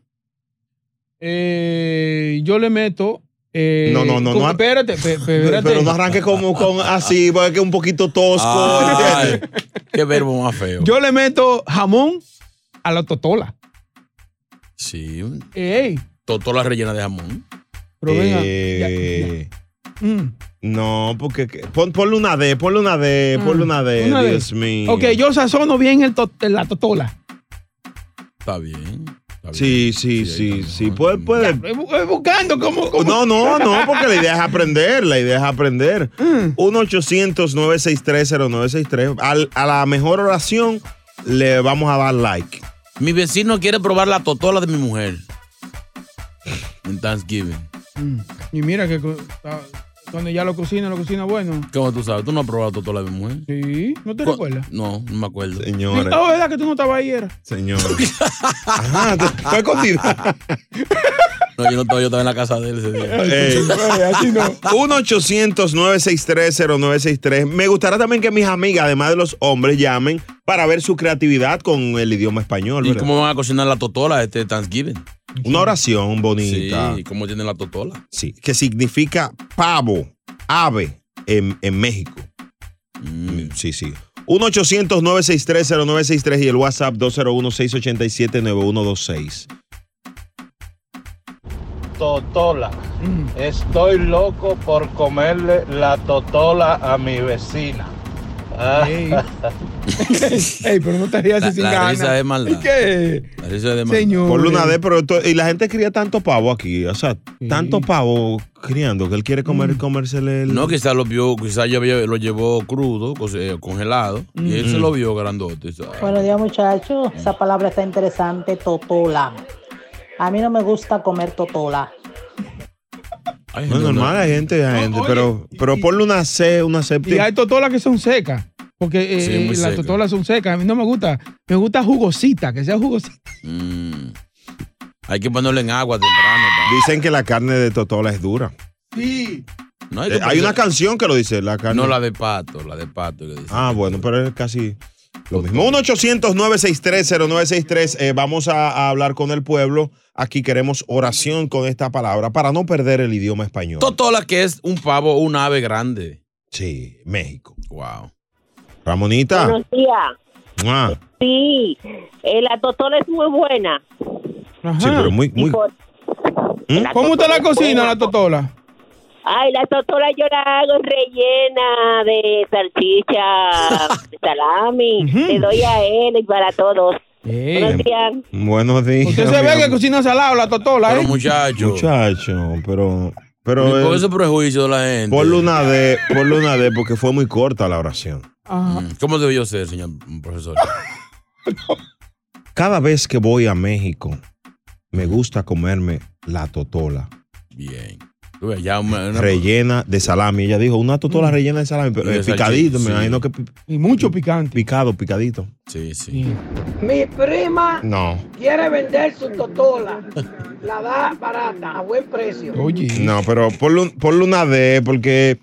Eh, yo le meto. eh, No, no, no, con- no. Espérate, pe- espérate. Pero no arranques como con así, porque es un poquito tosco. Ah, Ay, ¿entiendes? Qué verbo más feo. Yo le meto jamón a la totola. Sí, Ey, totola rellena de jamón. pero venga. Eh, Mm. No, porque que- pon- ponle una D, ponle una D, ponle una D, Ah, Mm. Una D. Dios mío. Ok, yo sazono bien el tot- la totola. Está bien. Sí, sí, sí, sí. Puede, puede. Estoy bu- estoy buscando cómo. cómo- Eh. No, no, no, porque la idea es aprender, la idea es aprender. 1-800-963-0963. Al- a la mejor oración le vamos a dar like. Mi vecino quiere probar la totola de mi mujer. En Thanksgiving. Mm. Y mira que co- ta- cuando ya lo cocina, lo cocina bueno. ¿Cómo tú sabes? ¿Tú no has probado totola de mi mujer? Sí, ¿no te Co- recuerdas? No, no me acuerdo. Señores. Ah, ¿verdad que tú no estabas ahí? Era? Señor. Ajá, te- fue contigo. No, yo no estaba, yo estaba en la casa de él ese día. Ey. 1-800-963-0963. Me gustaría también que mis amigas, además de los hombres, llamen para ver su creatividad con el idioma español. ¿Y ¿verdad? cómo van a cocinar la totola este Thanksgiving? Una oración bonita. Sí, ¿cómo tienen la totola? Sí, que significa pavo, ave en, en México. Mm. Sí, sí. 1-800-963-0963 y el WhatsApp 201-687-9126. Totola. Estoy loco por comerle la totola a mi vecina. Ah. Ey, pero no te rías así sin la ganas. risa es maldad. ¿Y qué? Eso es de más. Señor. Por una de, pero esto- y la gente cría tanto pavo aquí, o sea, tanto pavo criando que él quiere comer Mm. comérsele el... No, quizás lo vio, quizás ya vio- lo llevó crudo, co- eh, congelado, y él se Mm. lo vio grandote. ¿sabes? Buenos días, muchachos. Esa palabra está interesante, totola. A mí no me gusta comer totola. no es normal, hay gente, hay gente, pero, pero ponle una C, una Y hay séptima. totolas que son secas. Porque eh, Sí, muy las seca. totolas son secas. A mí no me gusta. Me gusta jugosita, que sea jugosita. Mm. Hay que ponerlo en agua temprano. Dicen que la carne de Totola es dura. Sí. No, Eh, hay hay que poner- una canción que lo dice, la carne. No la de pato, la de pato. que dice. Ah, bueno, pero es casi lo mismo. 1 800 963 eh, Vamos a, a hablar con el pueblo. Aquí queremos oración con esta palabra para no perder el idioma español. Totola que es un pavo o un ave grande. Sí, México. Wow. Ramonita. Buenos días. mua. Sí, eh, la totola es muy buena. Sí, pero muy, muy. ¿Mm? ¿Cómo usted la pues. cocina, la totola? Ay, la totola yo la hago rellena de salchicha, de salami. Le doy a él y para todos. Eh, Buenos días. Buenos días. Eh. Usted se ve que cocina salado la totola, ¿eh? muchacho. Muchacho, pero. pero Por eh, eso prejuicio de la gente. ponle una D, ponle una D, porque fue muy corta la oración. Mm. ¿Cómo debió ser, señor profesor? Cada vez que voy a México, me gusta comerme la totola. Bien. Tú ves, ya una- una- rellena de salami. Ella dijo, una totola rellena de salami, pero Y de eh, picadito, salchicha, me sí. imagino que... Y mucho picante. Picado, picadito. Sí, sí. Mi prima No, quiere vender su totola. La da barata, a buen precio. no, pero ponle, un- ponle una D, porque...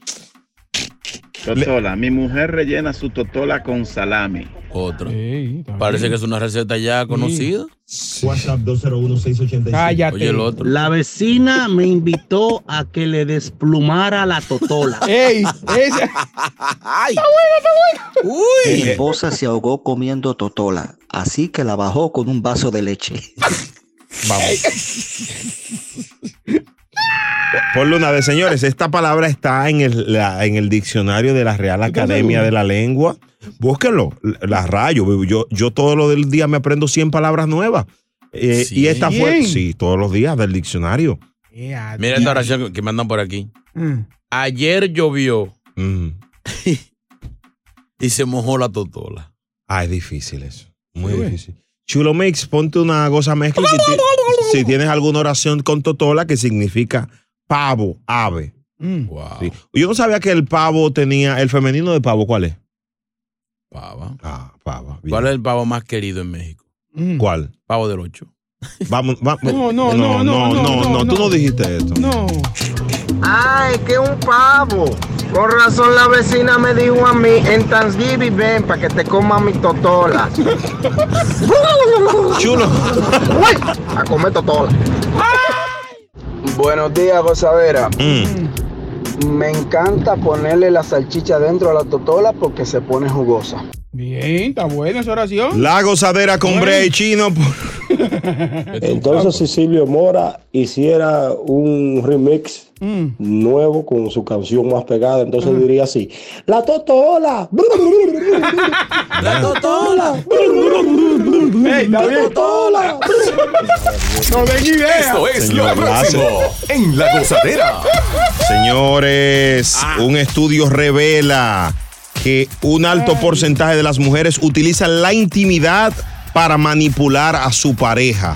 Totola, mi mujer rellena su totola con salami. Otra. Parece que es una receta ya conocida. WhatsApp 201-685. Cállate. Oye, el otro. La vecina me invitó a que le desplumara la totola. ¡Ey! ¡Esa! ¡Ay! Mi Eh, esposa se ahogó comiendo totola, así que la bajó con un vaso de leche. Ponle una D, señores. Esta palabra está en el, la- en el diccionario de la Real Academia de la Lengua. Búsquenlo, la rayo. Yo, yo todos los días me aprendo 100 palabras nuevas. Eh, y esta fue... Cien. Sí, todos los días del diccionario. Mira esta oración que mandan por aquí. Ayer llovió Mm. y se mojó la totola. Ah, es difícil eso. Muy difícil. Chulo Mix, ponte una goza mezcla. Si, ti- si tienes alguna oración con Totola que significa pavo, ave. Wow. Sí. Yo no sabía que el pavo tenía. El femenino de pavo, ¿cuál es? Pava. Ah, pava. ¿Cuál es el pavo más querido en México? ¿Cuál? Pavo del 8. Vamos, vamos. No, no, no, no, no, Tú no dijiste esto. No. Ay, que un pavo. Con razón la vecina me dijo a mí, en Thanksgiving ven para que te coma mi totola. Chulo. a comer totola. Buenos días, gozadera. Mm. Me encanta ponerle la salchicha dentro a la totola porque se pone jugosa. Bien, está buena esa oración. La gozadera con Brea y Chino. pues. Entonces, si Silvio Mora hiciera un remix Mm. nuevo con su canción más pegada, entonces diría así: La Totola. La Totola. La Totola. No den idea. Esto es Señor, lo próximo en La Gozadera. Ah. Señores, un estudio revela que un alto porcentaje de las mujeres utilizan la intimidad para manipular a su pareja.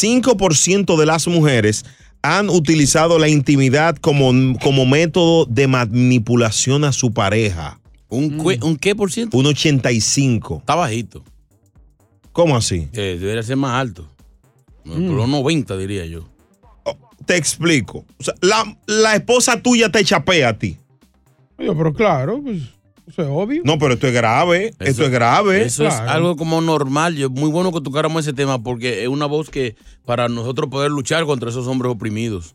85% de las mujeres han utilizado la intimidad como, como método de manipulación a su pareja. ¿Un, cue- un qué por ciento? Un 85. Está bajito. ¿Cómo así? Eh, debería ser más alto. Por los 90, diría yo. Oh, Te explico. O sea, la, la esposa tuya te chapea a ti. Oye, pero claro, pues eso es obvio. No, pero esto es grave. esto es grave. Eso es algo como normal. Yo, muy bueno que tocáramos ese tema porque es una voz que para nosotros poder luchar contra esos hombres oprimidos.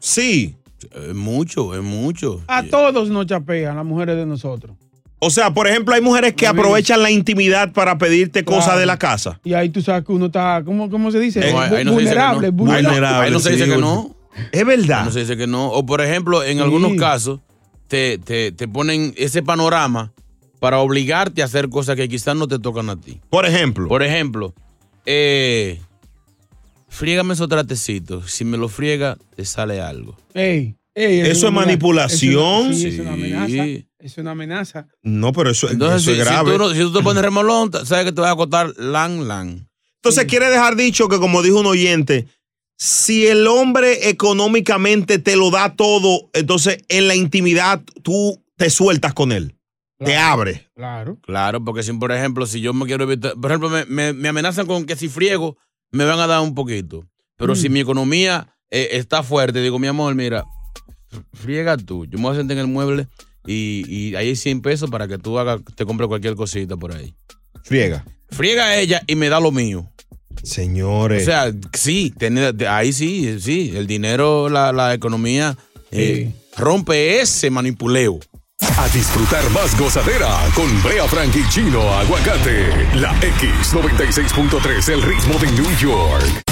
Sí. Es mucho, es mucho. A todos nos chapean las mujeres de nosotros. O sea, por ejemplo, hay mujeres que aprovechan la intimidad para pedirte cosas Claro. de la casa. Y ahí tú sabes que uno está, ¿cómo, cómo se dice? No, ahí- ahí no se dice que vulnerable, no. vulnerable. Ahí no se dice sí, que bueno. no. Es verdad. No se dice que no. O por ejemplo, en algunos casos te, te, te ponen ese panorama para obligarte a hacer cosas que quizás no te tocan a ti. Por ejemplo. Por ejemplo, eh, friégame esos tratecitos. Si me lo friega, te sale algo. Ey, ey, Eso es una- Eso es manipulación. una, sí, eso es una Sí. amenaza. Es una amenaza. No, pero eso, Entonces, eso si, es si grave. tú, no- si tú te pones remolón, t- sabes que te vas a costar lan lan. Entonces quiere dejar dicho que, como dijo un oyente, si el hombre económicamente te lo da todo, entonces en la intimidad tú te sueltas con él. Te abres. Claro. Claro, porque si, por ejemplo, si yo me quiero evitar, por ejemplo, me, me- me amenazan con que si friego, me van a dar un poquito. Pero si mi economía eh, está fuerte, digo, mi amor, mira, friega tú. Yo me voy a sentar en el mueble y, y ahí hay 100 pesos para que tú hagas, te compres cualquier cosita por ahí. Friega. Friega ella y me da lo mío. Señores. O sea, sí, tener- de- ahí sí, sí. El dinero, la, la economía eh, rompe ese manipuleo. A disfrutar más gozadera con Brea Frank y Chino Aguacate. La X96.3, el ritmo de New York.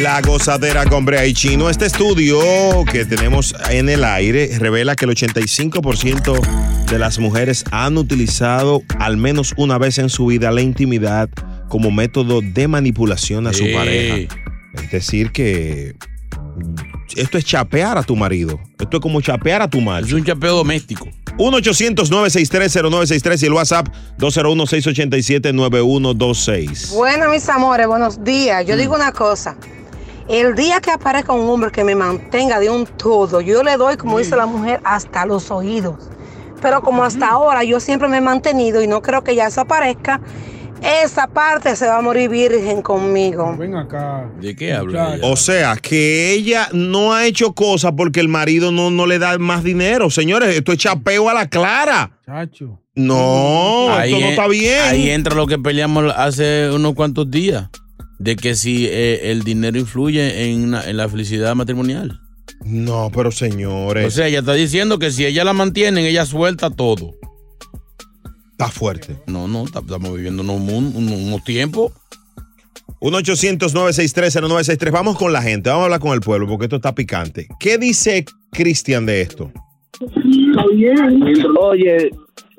La gozadera con Brea y Chino. Este estudio que tenemos en el aire revela que el 85% de las mujeres han utilizado al menos una vez en su vida la intimidad como método de manipulación a su Sí. pareja. Es decir, que esto es chapear a tu marido. Esto es como chapear a tu macho. Es un chapeo doméstico. 1-800-963-0963 y el WhatsApp 201-687-9126. Bueno, mis amores, buenos días. Mm. Yo digo una cosa. El día que aparezca un hombre que me mantenga de un todo, yo le doy, como Mm. dice la mujer, hasta los oídos. Pero Mm-hmm. como hasta ahora yo siempre me he mantenido y no creo que ya eso aparezca, esa parte se va a morir virgen conmigo. Ven acá. ¿De qué habla? O sea, que ella no ha hecho cosas porque el marido no, no le da más dinero. Señores, esto es chapeo a la clara. Chacho. No, Ahí esto no en- está bien. Ahí entra lo que peleamos hace unos cuantos días, de que si eh, el dinero influye en, una- en la felicidad matrimonial. No, pero señores. O sea, ella está diciendo que si ella la mantienen, ella suelta todo. Está fuerte. No, no, ta- estamos viviendo unos, mun- unos- unos tiempos. 1 800 963 Vamos con la gente, vamos a hablar con el pueblo porque esto está picante. ¿Qué dice Cristian de esto? Oye,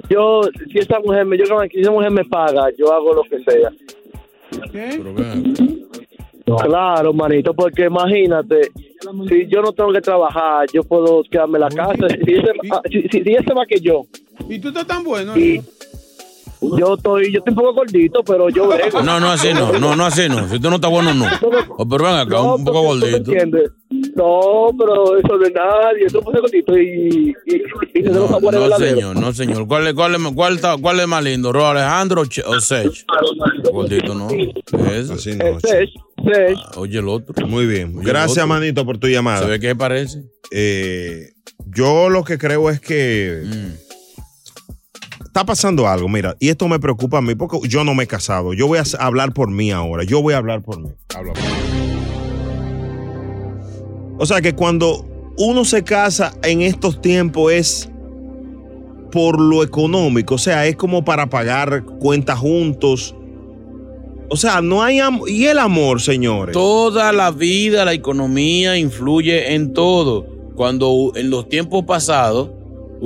yo, si esa mujer me, yo, creo que si esa mujer me paga, yo hago lo que sea. Claro, manito, porque imagínate, si yo no tengo que trabajar, yo puedo quedarme en la casa. Si ese, ah, si, si- si ese va que yo. ¿Y tú estás tan bueno? Yo estoy, yo estoy un poco gordito, pero yo brego. No, no, así no, no, no, así no. Si tú no estás bueno, no. Oh, pero ven acá, un poco gordito. ¿Entiendes? No, pero eso no es nadie. Yo estoy un poco gordito y, y, y se los sabores No, verdaderos. señor, no, señor. ¿Cuál, es- cuál, es- cuál, está- cuál es más lindo, Ro Alejandro o Che- o Sech? Gordito, no. Así no. Ah, Oye, el otro. Muy bien. Oye, Gracias, otro. manito, por tu llamada. ¿Sabe qué parece? eh, yo lo que creo es que está pasando algo, mira, y esto me preocupa a mí porque yo no me he casado. Yo voy a s- hablar por mí ahora. Yo voy a hablar por mí. Habla por mí. O sea que cuando uno se casa en estos tiempos es por lo económico, o sea, es como para pagar cuentas juntos. O sea, no hay amor. Y el amor, señores. Toda la vida la economía influye en todo. Cuando u- en los tiempos pasados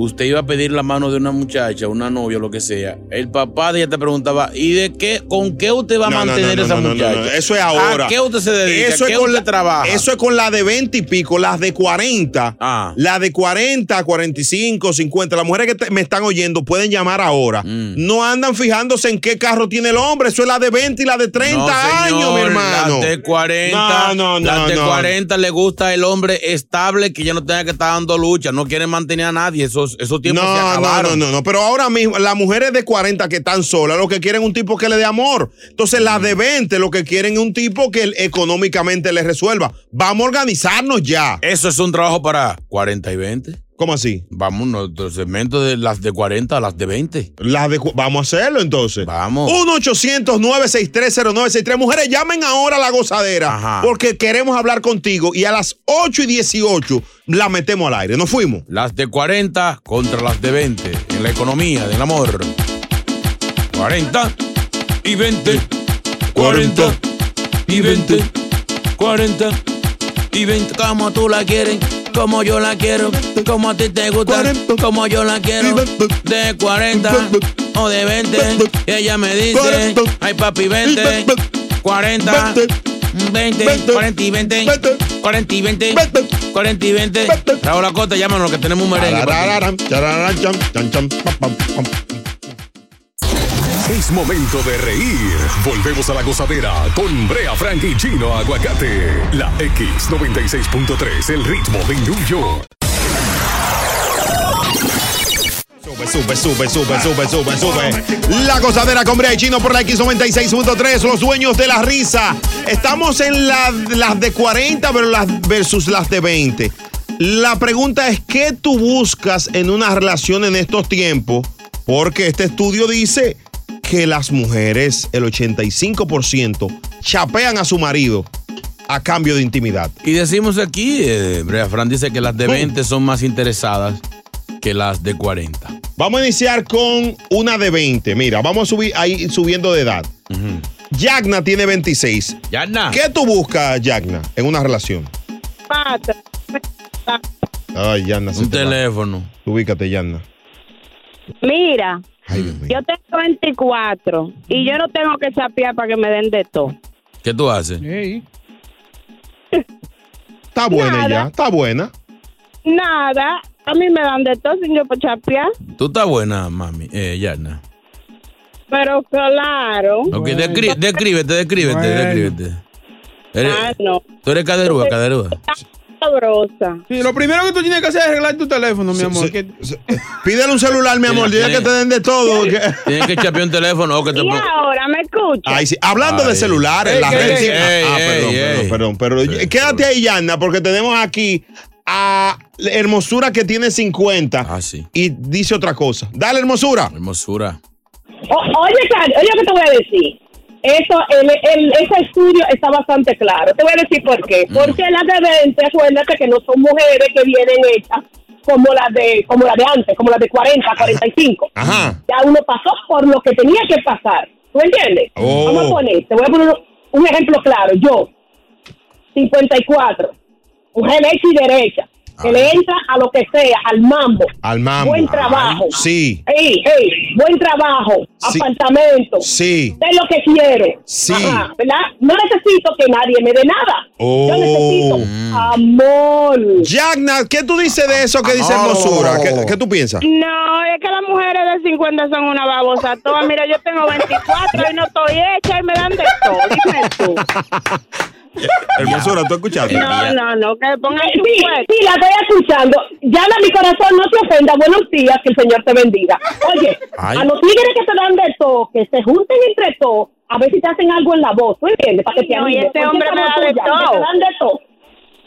usted iba a pedir la mano de una muchacha, una novia, lo que sea, el papá de ella te preguntaba, ¿y de qué, con qué usted va a No, no, mantener no, no, esa no, no, muchacha? no, Eso es ahora. ¿A qué usted se dedica? Eso ¿Qué es con usted la, trabaja? Eso es con la de 20 y pico, las de 40. Ah. La de 40, 45, 50. Las mujeres que te- me están oyendo pueden llamar ahora. Mm. No andan fijándose en qué carro tiene el hombre. Eso es la de 20 y la de 30 años, mi hermano. Las de 40, No, no, no, las de no. 40 le gusta el hombre estable que ya no tenga que estar dando lucha, no quiere mantener a nadie, esos, esos tiempos se No, no, no, acabaron. no, no. Pero ahora mismo, las mujeres de 40 que están solas, lo que quieren es un tipo que le dé amor. Entonces, las Mm. de 20, lo que quieren es un tipo que económicamente les resuelva. Vamos a organizarnos ya. Eso es un trabajo para 40 y 20. Ah. ¿Cómo así? Vamos, nuestro segmento de las de 40 a las de 20. Las de, cu- vamos a hacerlo entonces. Vamos. 1-800-963-0963. Mujeres, llamen ahora a la gozadera. Porque queremos hablar contigo. Y a las 8 y 18 la metemos al aire. Nos fuimos. Las de 40 contra las de 20. En la economía del amor. 40 y 20. 40 y 20. 40 y 20. Como tú la quieres, como yo la quiero, como a ti te gusta, como yo la quiero. De 40 o de 20. Ella me dice, ay papi, 20. 40. 20, 40 y 20, 40 y 20, 40 y 20. Raúl Acosta, llámanos que tenemos un merengue. para ti. Es momento de reír. Volvemos a la gozadera con Brea Frank y Chino Aguacate. La X96.3, el ritmo de New York. Sube, sube, sube, sube, sube, sube. La gozadera con Brea y Chino por la X96.3, los dueños de la risa. Estamos en la- las de 40 pero las- versus las de 20. La pregunta es, ¿qué tú buscas en una relación en estos tiempos? Porque este estudio dice que las mujeres, el 85%, chapean a su marido a cambio de intimidad. Y decimos aquí, eh, Brea Fran dice que las de 20 son más interesadas que las de 40. Vamos a iniciar con una de 20. Mira, vamos a subir ahí subiendo de edad. Yagna tiene 26. Yagna. ¿Qué tú buscas, Yagna, en una relación? Pata. Ay, Yagna. Un teléfono. Ubícate, Yagna. Mira, yo tengo 24 y yo no tengo que sapear para que me den de todo. ¿Qué tú haces? Está buena Nada. ya, está buena. Nada, a mí me dan de todo sin yo chapear, Tú estás buena, mami. Eh, Yarna. pero claro. Ok, descri- descríbete, descríbete, descríbete. Eres- Ah, no, Tú eres caderúa, caderúa. sabrosa. Sí, lo primero que tú tienes que hacer es arreglar tu teléfono, mi amor. que- Pídele un celular, mi amor. Dile que te den de todo. Tienes que chapear un teléfono o que te Y ponga. ahora me escucha. Ay, sí. Hablando de Ay. celulares, Ey, las ey, redes. ey, ah, perdón, ey, ey, perdón, ey. perdón, pero eh, quédate ahí, Yanna, porque tenemos aquí a la Hermosura que tiene 50. Ah, sí. Y dice otra cosa. Dale, Hermosura. Hermosura. O- oye, Cari, oye, lo que te voy a decir. Eso, el, el- ese estudio está bastante claro. Te voy a decir por qué. Porque las de 20, acuérdate que no son mujeres que vienen hechas como las de como las de antes, como las de 40, 45. Ya uno pasó por lo que tenía que pasar. ¿Tú entiendes? Oh. Vamos a poner, te voy a poner un, un ejemplo claro. Yo, 54, mujer hecha y derecha. Que le entra a lo que sea, al mambo. Al mambo. Buen trabajo. Ay, sí. Ey, ey, buen trabajo. Sí. Apartamento. Sí. De lo que quiero. Sí. Ajá, ¿verdad? No necesito que nadie me dé nada. Oh. Yo necesito Mm. Ah. amor. Jacknat, ¿qué tú dices de eso que dice hermosura? ¿Qué, qué tú piensas? No, es que las mujeres de 50 son una babosa. Todas, mira, yo tengo 24 y no estoy hecha y me dan de todo. Dime tú. Hermosura, ¿tú escuchaste? No, no, no, que pongan su Sí, cuerpo. sí, la estoy escuchando. Ya no, mi corazón no se ofenda. Buenos días, que el Señor te bendiga. Oye, Ay. a los tigres que se dan de todo, que se junten entre todos, a ver si te hacen algo en la voz, ¿tú entiendes? Para que te No, y anime. este Porque hombre esa me voz da de tuya, que todo. te dan de todo.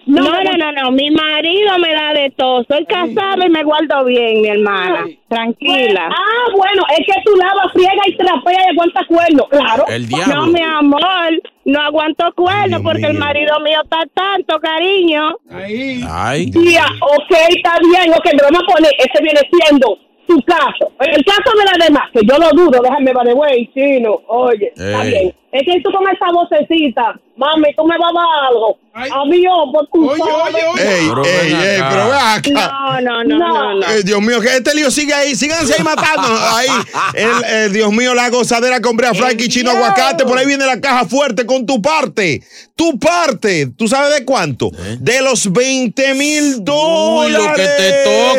No, no, no, no, mi marido me da de todo. Soy casada y me guardo bien, mi hermana. Tranquila. Bueno, ah, bueno, es que tú lavas, friega y trapea y aguanta cuerno, claro. El diablo. No, mi amor, no aguanto cuerno porque el marido mío está tanto, cariño. Ahí. Ay. Tía, ok, está bien, ok, pero vamos a poner, ese viene siendo su caso. El caso de la demás, que yo lo dudo, déjame, by the way, chino, oye, está Ey. bien. Es que tú con esa vocecita, mami, tú me vas a dar algo. A mí, oh, por tu oye, oye, Ey, ey, ey, pero ve acá. no, no, no, no. Eh, Dios mío, que este lío sigue ahí. Síganse ahí matando. Ahí, el, eh, Dios mío, la gozadera con Brea Frankie, Chino Aguacate. Por ahí viene la caja fuerte con tu parte. Tu parte. ¿Tú sabes de cuánto? De los 20 mil dólares. ¿Eh? lo que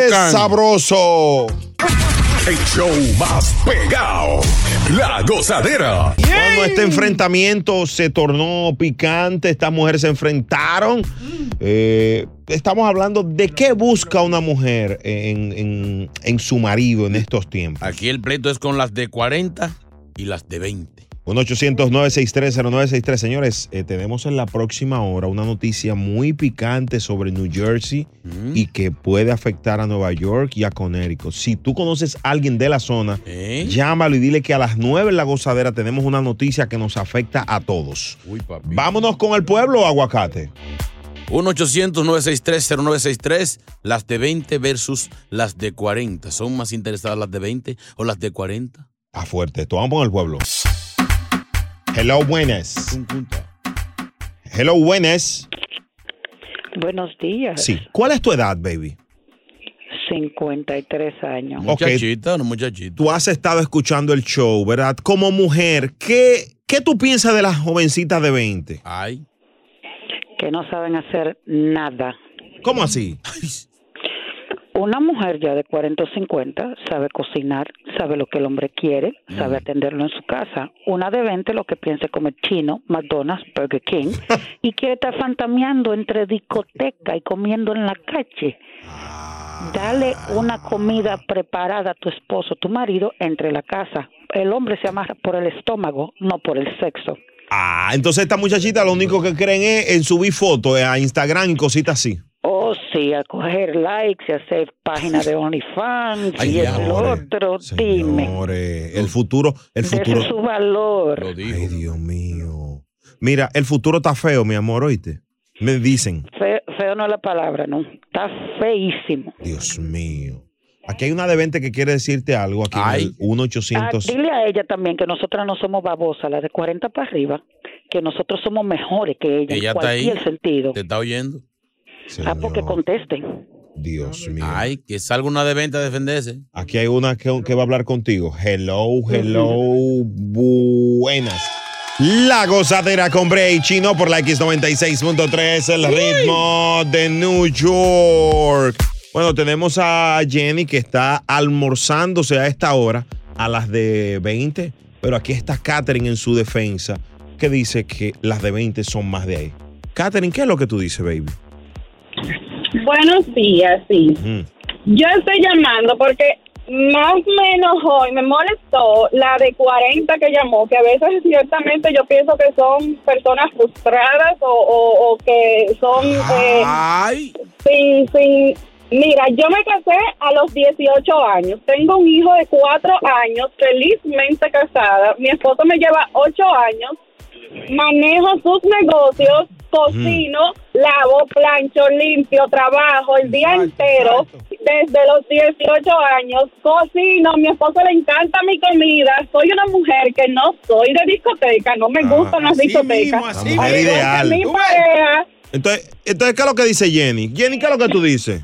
te tocan. Sabroso. El show más pegado. La gozadera. Cuando este enfrentamiento se tornó picante, estas mujeres se enfrentaron. Eh, estamos hablando de qué busca una mujer en, en- en su marido en estos tiempos. Aquí el pleito es con las de 40 y las de 20. 1-800-963-0963. Señores, eh, tenemos en la próxima hora una noticia muy picante sobre New Jersey y que puede afectar a Nueva York y a Connecticut. Si tú conoces a alguien de la zona, llámalo y dile que a las 9 en la gozadera tenemos una noticia que nos afecta a todos. Vámonos con el pueblo, aguacate. 1-800-963-0963, las de 20 versus las de 40. ¿Son más interesadas las de 20 o las de 40? Está fuerte esto. Vamos con el pueblo. Hello, buenas. Hello, buenas. Buenos días. Sí. ¿Cuál es tu edad, baby? 53 años. Ok. Tú has estado escuchando el show, ¿verdad? Como mujer, ¿qué, qué tú piensas de las jovencitas de 20? Ay. Que no saben hacer nada. ¿Cómo así? Una mujer ya de 40 o 50 sabe cocinar, sabe lo que el hombre quiere, sabe atenderlo en su casa. Una de 20 lo que piensa es comer chino, McDonald's, Burger King y quiere estar fantameando entre discoteca y comiendo en la calle. Dale una comida preparada a tu esposo, tu marido, entre la casa. El hombre se amarra por el estómago, no por el sexo. Ah, entonces esta muchachita lo único que creen es en subir fotos a Instagram y cositas así. Oh, sí, a coger likes y hacer páginas de OnlyFans Ay, y esto y lo señores, otro. Dime, Señores, eh, el futuro, el dese futuro. su valor. Ay, Dios mío. Mira, el futuro está feo, mi amor, oíste. Me dicen. Feo, feo no es la palabra, ¿no? Está feísimo. Dios mío. Aquí hay una de 20 que quiere decirte algo. Aquí en el Ah, 1800. dile a ella también que nosotras no somos babosas, las de 40 para arriba, que nosotros somos mejores que ella, Ella en está ahí. cualquier sentido. ¿Te está oyendo? Ah, porque contesten. Dios mío. Ay, que salga una de 20 a defenderse. Aquí hay una que, que va a hablar contigo. Hello, hello, buenas. La gozadera con Bray Chino por la X96.3, el ritmo de New York. Bueno, tenemos a Jenny que está almorzándose a esta hora, a las de 20, pero aquí está Katherine en su defensa, que dice que las de 20 son más de ahí. Katherine, ¿qué es lo que tú dices, baby? Buenos días, sí. Ujú. Yo estoy llamando porque más me enojó y me molestó la de 40 que llamó, que a veces ciertamente yo pienso que son personas frustradas o, o- o que son... eh, sin, sin... Mira, yo me casé a los 18 años. Tengo un hijo de 4 años, felizmente casada. Mi esposo me lleva 8 años. Manejo sus negocios, cocino, lavo, plancho, limpio, trabajo el día entero desde los 18 años, cocino, mi esposo le encanta mi comida, soy una mujer que no soy de discoteca, no me gustan las discotecas. así Mujer mismo. ideal. eh. Mi pareja Entonces, entonces, ¿qué es lo que dice Jenny? Jenny, ¿qué es lo que tú dices?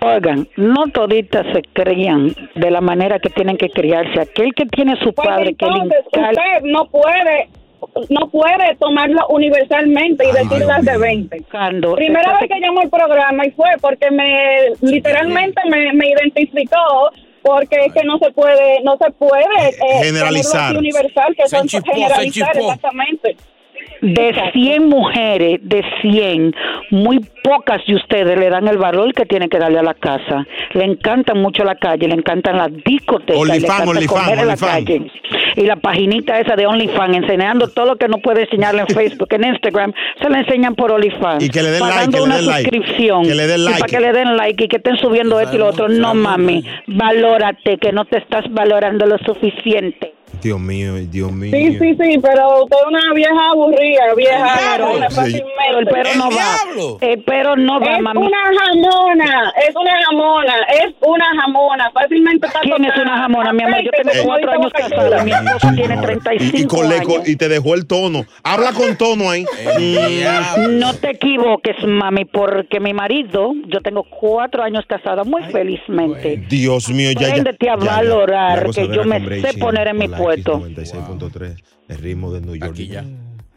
Oigan, no toditas se crían de la manera que tienen que criarse. Aquel que tiene su Pues padre que le entonces incal- usted no puede, no puede tomarlo universalmente y decirlas de 20. Primera vez que llamó el programa y fue porque me literalmente me, me identificó porque es que no se puede, no se puede eh, generalizar. ponerlo así universal, que Se son enchipó, se generalizar enchipó. exactamente. de 100 mujeres, de 100, muy pocas de ustedes le dan el valor que tienen que darle a la casa. Le encantan mucho la calle, le encantan las discotecas, le OnlyFans, encanta OnlyFans, comer en la OnlyFans. calle. Y la paginita esa de OnlyFans, enseñando todo lo que no puede enseñarle en Facebook, en Instagram, se la enseñan por OnlyFans. Y que le den like, pagando que le una den like, suscripción. que le den Y like. para que le den like y que estén Pues subiendo esto y lo otro. No, mami, valórate, que no te estás valorando lo suficiente. Dios mío, Dios mío. Sí, sí, sí, pero usted es una vieja aburrida, vieja Pero, jamona, fácilmente. pero el perro no va. El perro no va, es mami. una jamona, es una jamona, es una jamona, fácilmente está ¿Quién es una jamona, mi amor? Yo tengo Aceite, cuatro como años dice Boca casada. Mi Chula. esposo tiene 35 Y, y con- le- años. y te dejó el tono. Ah, Habla con tono ahí. No te equivoques, mami, porque mi marido, yo tengo cuatro años casada muy felizmente. Dios mío, ya. ya, Apréndete a ya, ya. valorar, La gozadera que yo me con Bray sé Chino poner en por mi la puesto. X96.3, el ritmo de New York. Aquí ya.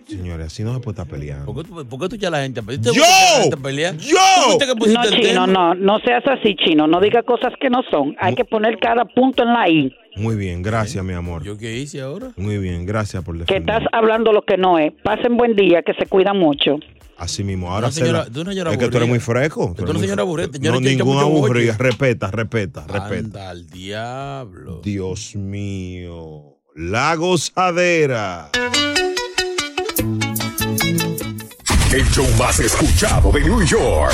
Señores, así no se puede estar peleando. ¿Por qué tú- por qué tú ya la gente? Este ¿Yo? No, que pusiste el chino, tema? no, no seas así, chino. No digas cosas que no son. Hay que poner cada punto en la I. Oh, Muy bien, gracias, mi amor. ¿Yo qué hice ahora? Muy bien, gracias por Que defender. estás hablando lo que no es. Pasen buen día, que se cuidan mucho. Así mismo. Ahora Una señora- se la- de una señora Es que tú eres aburrida. muy fresco. Tú eres eres muy señora fresco. aburrida. Yo No, le he dicho ninguna mucho boche. aburrida. Respeta, respeta, respeta. Anda al diablo. Dios mío. La gozadera. El show más escuchado de New York.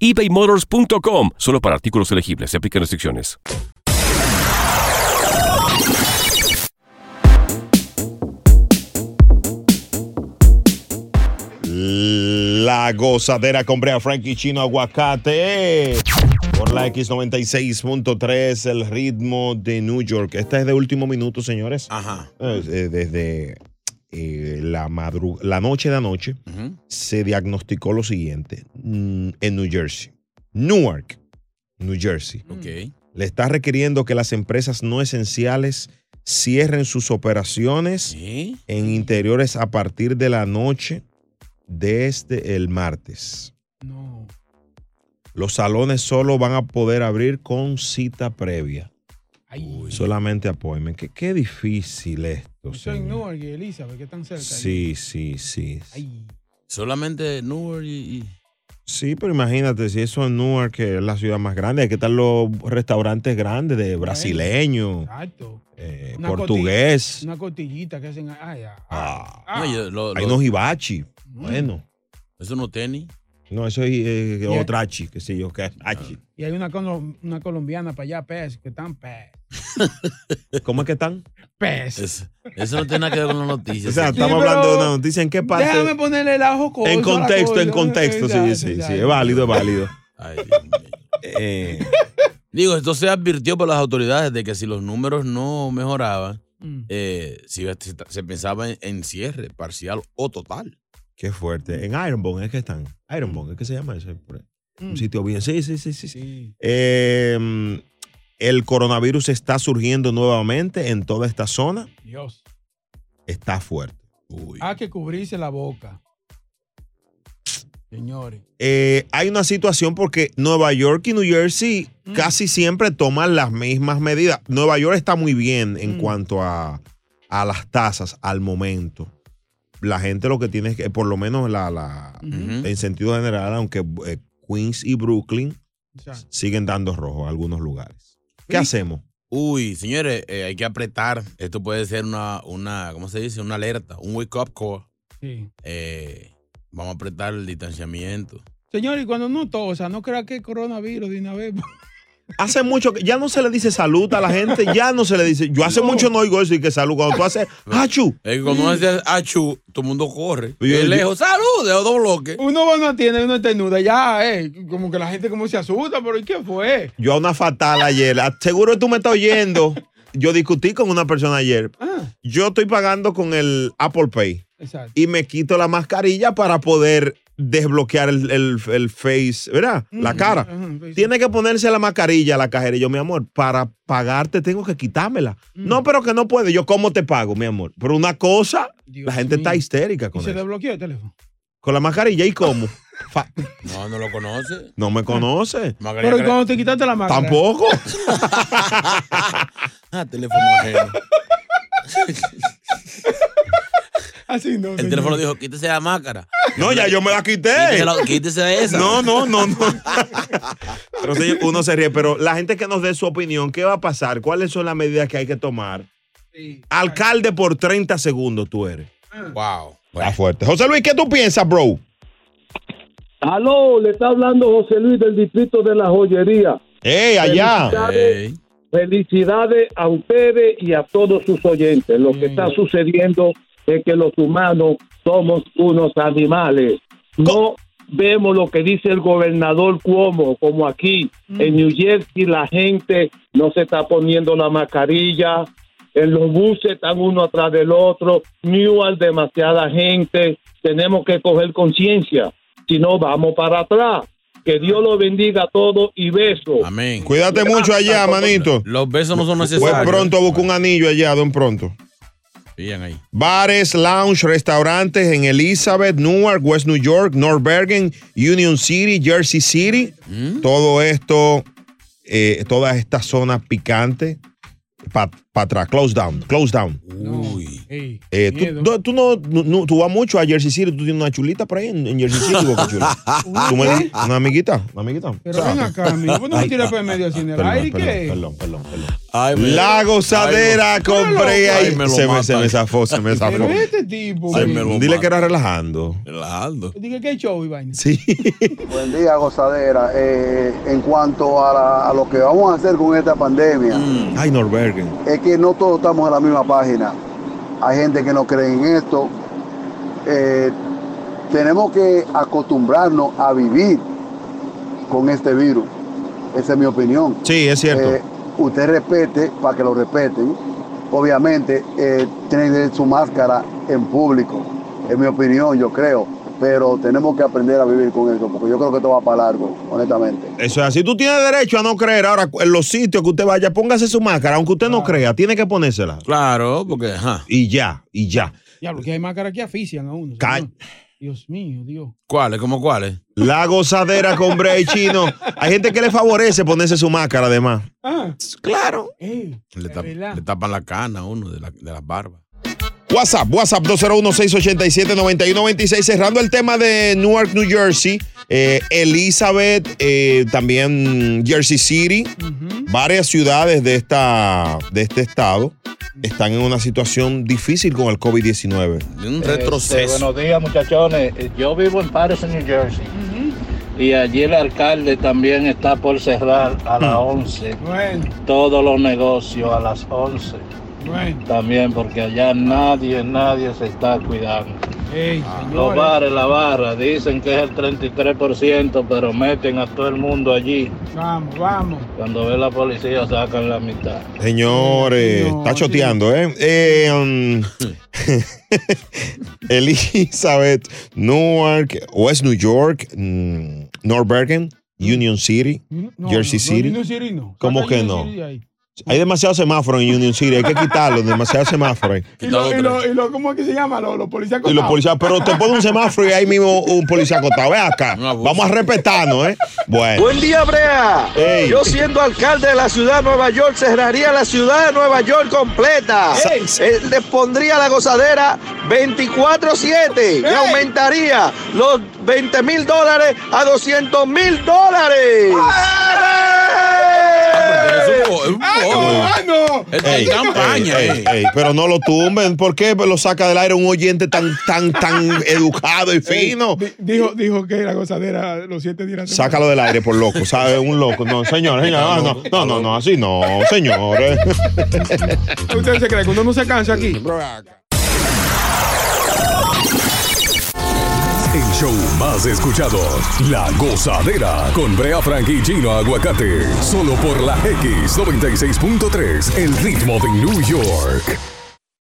ebaymotors.com. Solo para artículos elegibles. Se aplican restricciones. La gozadera con Brea Frankie Chino Aguacate. Por la X96.3, el ritmo de New York. Esta es de último minuto, señores. Ajá. Desde eh, la, madru- la noche de anoche se diagnosticó lo siguiente mm, en New Jersey. Newark, New Jersey. Le está requiriendo que las empresas no esenciales cierren sus operaciones ¿eh? en interiores a partir de la noche desde el martes. Los salones solo van a poder abrir con cita previa. Solamente appointment. Qué, qué difícil esto. Eso en señor. Newark y Elizabeth, que están cerca. Sí, sí, sí. Solamente Newark y. y- Sí, pero imagínate, si eso en Newark, que es la ciudad más grande, aquí están los restaurantes grandes de brasileños, Exacto. eh, Una portugués, coti- una cotillita que hacen allá. ah, No, yo- lo- hay lo- unos hibachi. Mm. Bueno, Eso no tenis. no, eso es eh, Y hay- otrachi, qué sé yo, qué es achi. Y hay una, colo- una colombiana para allá, pez, que están pez. ¿Cómo es que están? Pez. Es- eso no tiene nada que ver con la noticia. O sea, señor. estamos hablando de una noticia. ¿En qué parte? Déjame ponerle el ajo con en contexto, en contexto. Sí, sí, sí. Es válido, es válido. Eh, Digo, esto se advirtió por las autoridades de que si los números no mejoraban, eh, se, iba- se- se pensaba en, en cierre parcial o total. qué fuerte. En Ironbone es que están. Ironbone, es que se llama eso. Por ahí. Un sitio bien. Sí, sí, sí, sí. sí. Eh, el coronavirus está surgiendo nuevamente en toda esta zona. Dios. Está fuerte. Hay que cubrirse la boca. Señores. Eh, hay una situación porque Nueva York y New Jersey Mm. casi siempre toman las mismas medidas. Nueva York está muy bien en Mm. cuanto a, a las tasas al momento. La gente lo que tiene es que, por lo menos la, la- en sentido general, aunque eh, Queens y Brooklyn siguen dando rojo en algunos lugares. ¿Qué hacemos? Uy, señores, eh, hay que apretar. Esto puede ser una, una, ¿cómo se dice? Una alerta, un wake up call. Sí. Eh, Vamos a apretar el distanciamiento. Señor, y cuando no tosa, no crea que es coronavirus de una vez. Hace mucho que ya no se le dice salud a la gente, ya no se le dice. Yo hace mucho no oigo eso y que salud. Cuando tú haces achu. Es que cuando haces achu, todo el mundo corre. Y es lejos, salud, de los dos bloques. Uno va a una tienda y uno nuda ya, eh, como que la gente como se asusta, pero ¿y qué fue? Yo a una fatal ayer, ah, seguro tú me estás oyendo. Yo discutí con una persona ayer. Yo estoy pagando con el Apple Pay Ah. Exacto. y me quito la mascarilla para poder desbloquear el, el- el face, ¿verdad? La cara. Tiene que ponerse la mascarilla la cajera. Y yo, mi amor, para pagarte tengo que quitármela. No, pero que no puede. Yo, ¿cómo te pago, mi amor? Pero una cosa, la gente está histérica Y con se eso. desbloqueó el teléfono. Con la mascarilla y cómo. Fa- No, no lo conoce. no me conoce. Pero ¿y cuando te quitaste la máscara? Tampoco. Ah, teléfono ajeno. Así no. El teléfono dijo, quítese la máscara. No, ya yo me la quité. Quítese, la- quítese esa. No, no, no, no. Pero, señor, uno se ríe, pero la gente que nos dé su opinión, ¿qué va a pasar? ¿Cuáles son las medidas que hay que tomar? Alcalde por 30 segundos tú eres. Wow. Está fuerte. José Luis, ¿qué tú piensas, bro? Aló, le está hablando José Luis del Distrito de la Joyería. ¡Ey, allá! Felicidades, felicidades a ustedes y a todos sus oyentes. Lo que está sucediendo es que los humanos somos unos animales. No vemos lo que dice el gobernador Cuomo, como aquí en New Jersey la gente no se está poniendo la mascarilla. En los buses están uno atrás del otro. Newark, demasiada gente. Tenemos que coger conciencia. Si no, vamos para atrás. Que Dios los bendiga a todos y besos. Amén. Cuídate mucho allá, manito. Los besos no son necesarios. Pues pronto busca un anillo allá, don pronto. Bien ahí. Bares, lounge, restaurantes en Elizabeth, Newark, West New York, North Bergen, Union City, Jersey City. Mm. Todo esto, eh, toda esta zona picante. Para atrás, close down, close down. Ey, Eh, tú, tú- tú no, no- no- tú vas mucho a Jersey City, tú tienes una chulita por ahí en, en Jersey City, Boca Chula. ¿Una Tú me- qué? una amiguita, una amiguita. Pero ven acá, amigo. ¿Por qué no me tiras por el medio así en el ah, Perdón, aire? ¿Qué? perdón, es? perdón, perdón, perdón. me- la gozadera Ay, me- compré Ay, ahí. me lo se, me, matan. se me zafó, se me zafó. Pero este tipo. Se güey. me- dile que era relajando. Relajando. Dije que es show y vaina. Sí. Buen día, gozadera. Eh, en cuanto a, la- a lo que vamos a hacer con esta pandemia, Mm. Ay, Norbergen. es que no todos estamos en la misma página. Hay gente que no cree en esto. Eh, tenemos que acostumbrarnos a vivir con este virus. Esa es mi opinión. Eh, Sí, es cierto. usted respete para que lo respeten. Obviamente, eh, tiene que tener su máscara en público. Es mi opinión, yo creo. Pero tenemos que aprender a vivir con esto, porque yo creo que esto va para largo, honestamente. Eso es así. Tú tienes derecho a no creer. Ahora, en los sitios que usted vaya, póngase su máscara, aunque usted no crea, tiene que ponérsela. Claro, porque. Y ya, y ya. Ya, porque hay máscaras que asfixian a uno. Ca- Dios mío, Dios. ¿Cuáles? ¿Cómo cuáles? La gozadera con Bray Chino. Hay gente que le favorece ponerse su máscara, además. Ah. Claro. Le, tap- le tapan la cana a uno de, la, de las barbas. WhatsApp, WhatsApp 201-687-9196. Cerrando el tema de Newark, New Jersey, eh, Elizabeth, eh, también Jersey City, varias ciudades de, esta, de este estado están en una situación difícil con el COVID-19. Un retroceso. Este, buenos días, muchachones. Eh, Yo vivo en Patterson, New Jersey. Y allí el alcalde también está por cerrar a las 11 todos los negocios a las 11. También porque allá nadie, nadie se está cuidando. Los bares, la barra, dicen que es el 33%, pero meten a todo el mundo allí. Vamos, vamos. Cuando ve la policía sacan la mitad. Señores, está choteando, ¿eh? Eh, um, Elizabeth, Newark, West New York, mm, North Bergen, Union City, Mm. No, Jersey no, City. No, Union City no. ¿Cómo Saca que Union no? City de ahí. Hay demasiado semáforo en Union City, hay que quitarlo, demasiado semáforo. ahí. Y lo, y, lo, y lo- ¿cómo es que se llama? Los, los policías Y los acostados. policías, pero te pone un semáforo y ahí mismo un policía acotado. Ve acá, vamos a respetarnos, ¿eh? Bueno. Buen día, Brea. Ey. Yo siendo alcalde de la ciudad de Nueva York, cerraría la ciudad de Nueva York completa. Eh, Les pondría la gozadera 24-7 y aumentaría los 20 mil dólares a Ah, 200 mil dólares. Ah, pues, Es un, es un no! Ey, ey, eh. ey, ey, pero no lo tumben. ¿Por qué Pues lo saca del aire un oyente tan, tan, tan educado y fino? Di- Dijo, dijo que la gozadera los siete días. de la semana. Sácalo del aire por loco, ¿sabe? Un loco. No, señor, señor, no, no, no, no, no, así no, señores. ¿Usted se cree que uno no se cansa aquí? El show más escuchado, La Gozadera, con Brea Frank y Gino Aguacate, solo por la X96.3, el ritmo de New York.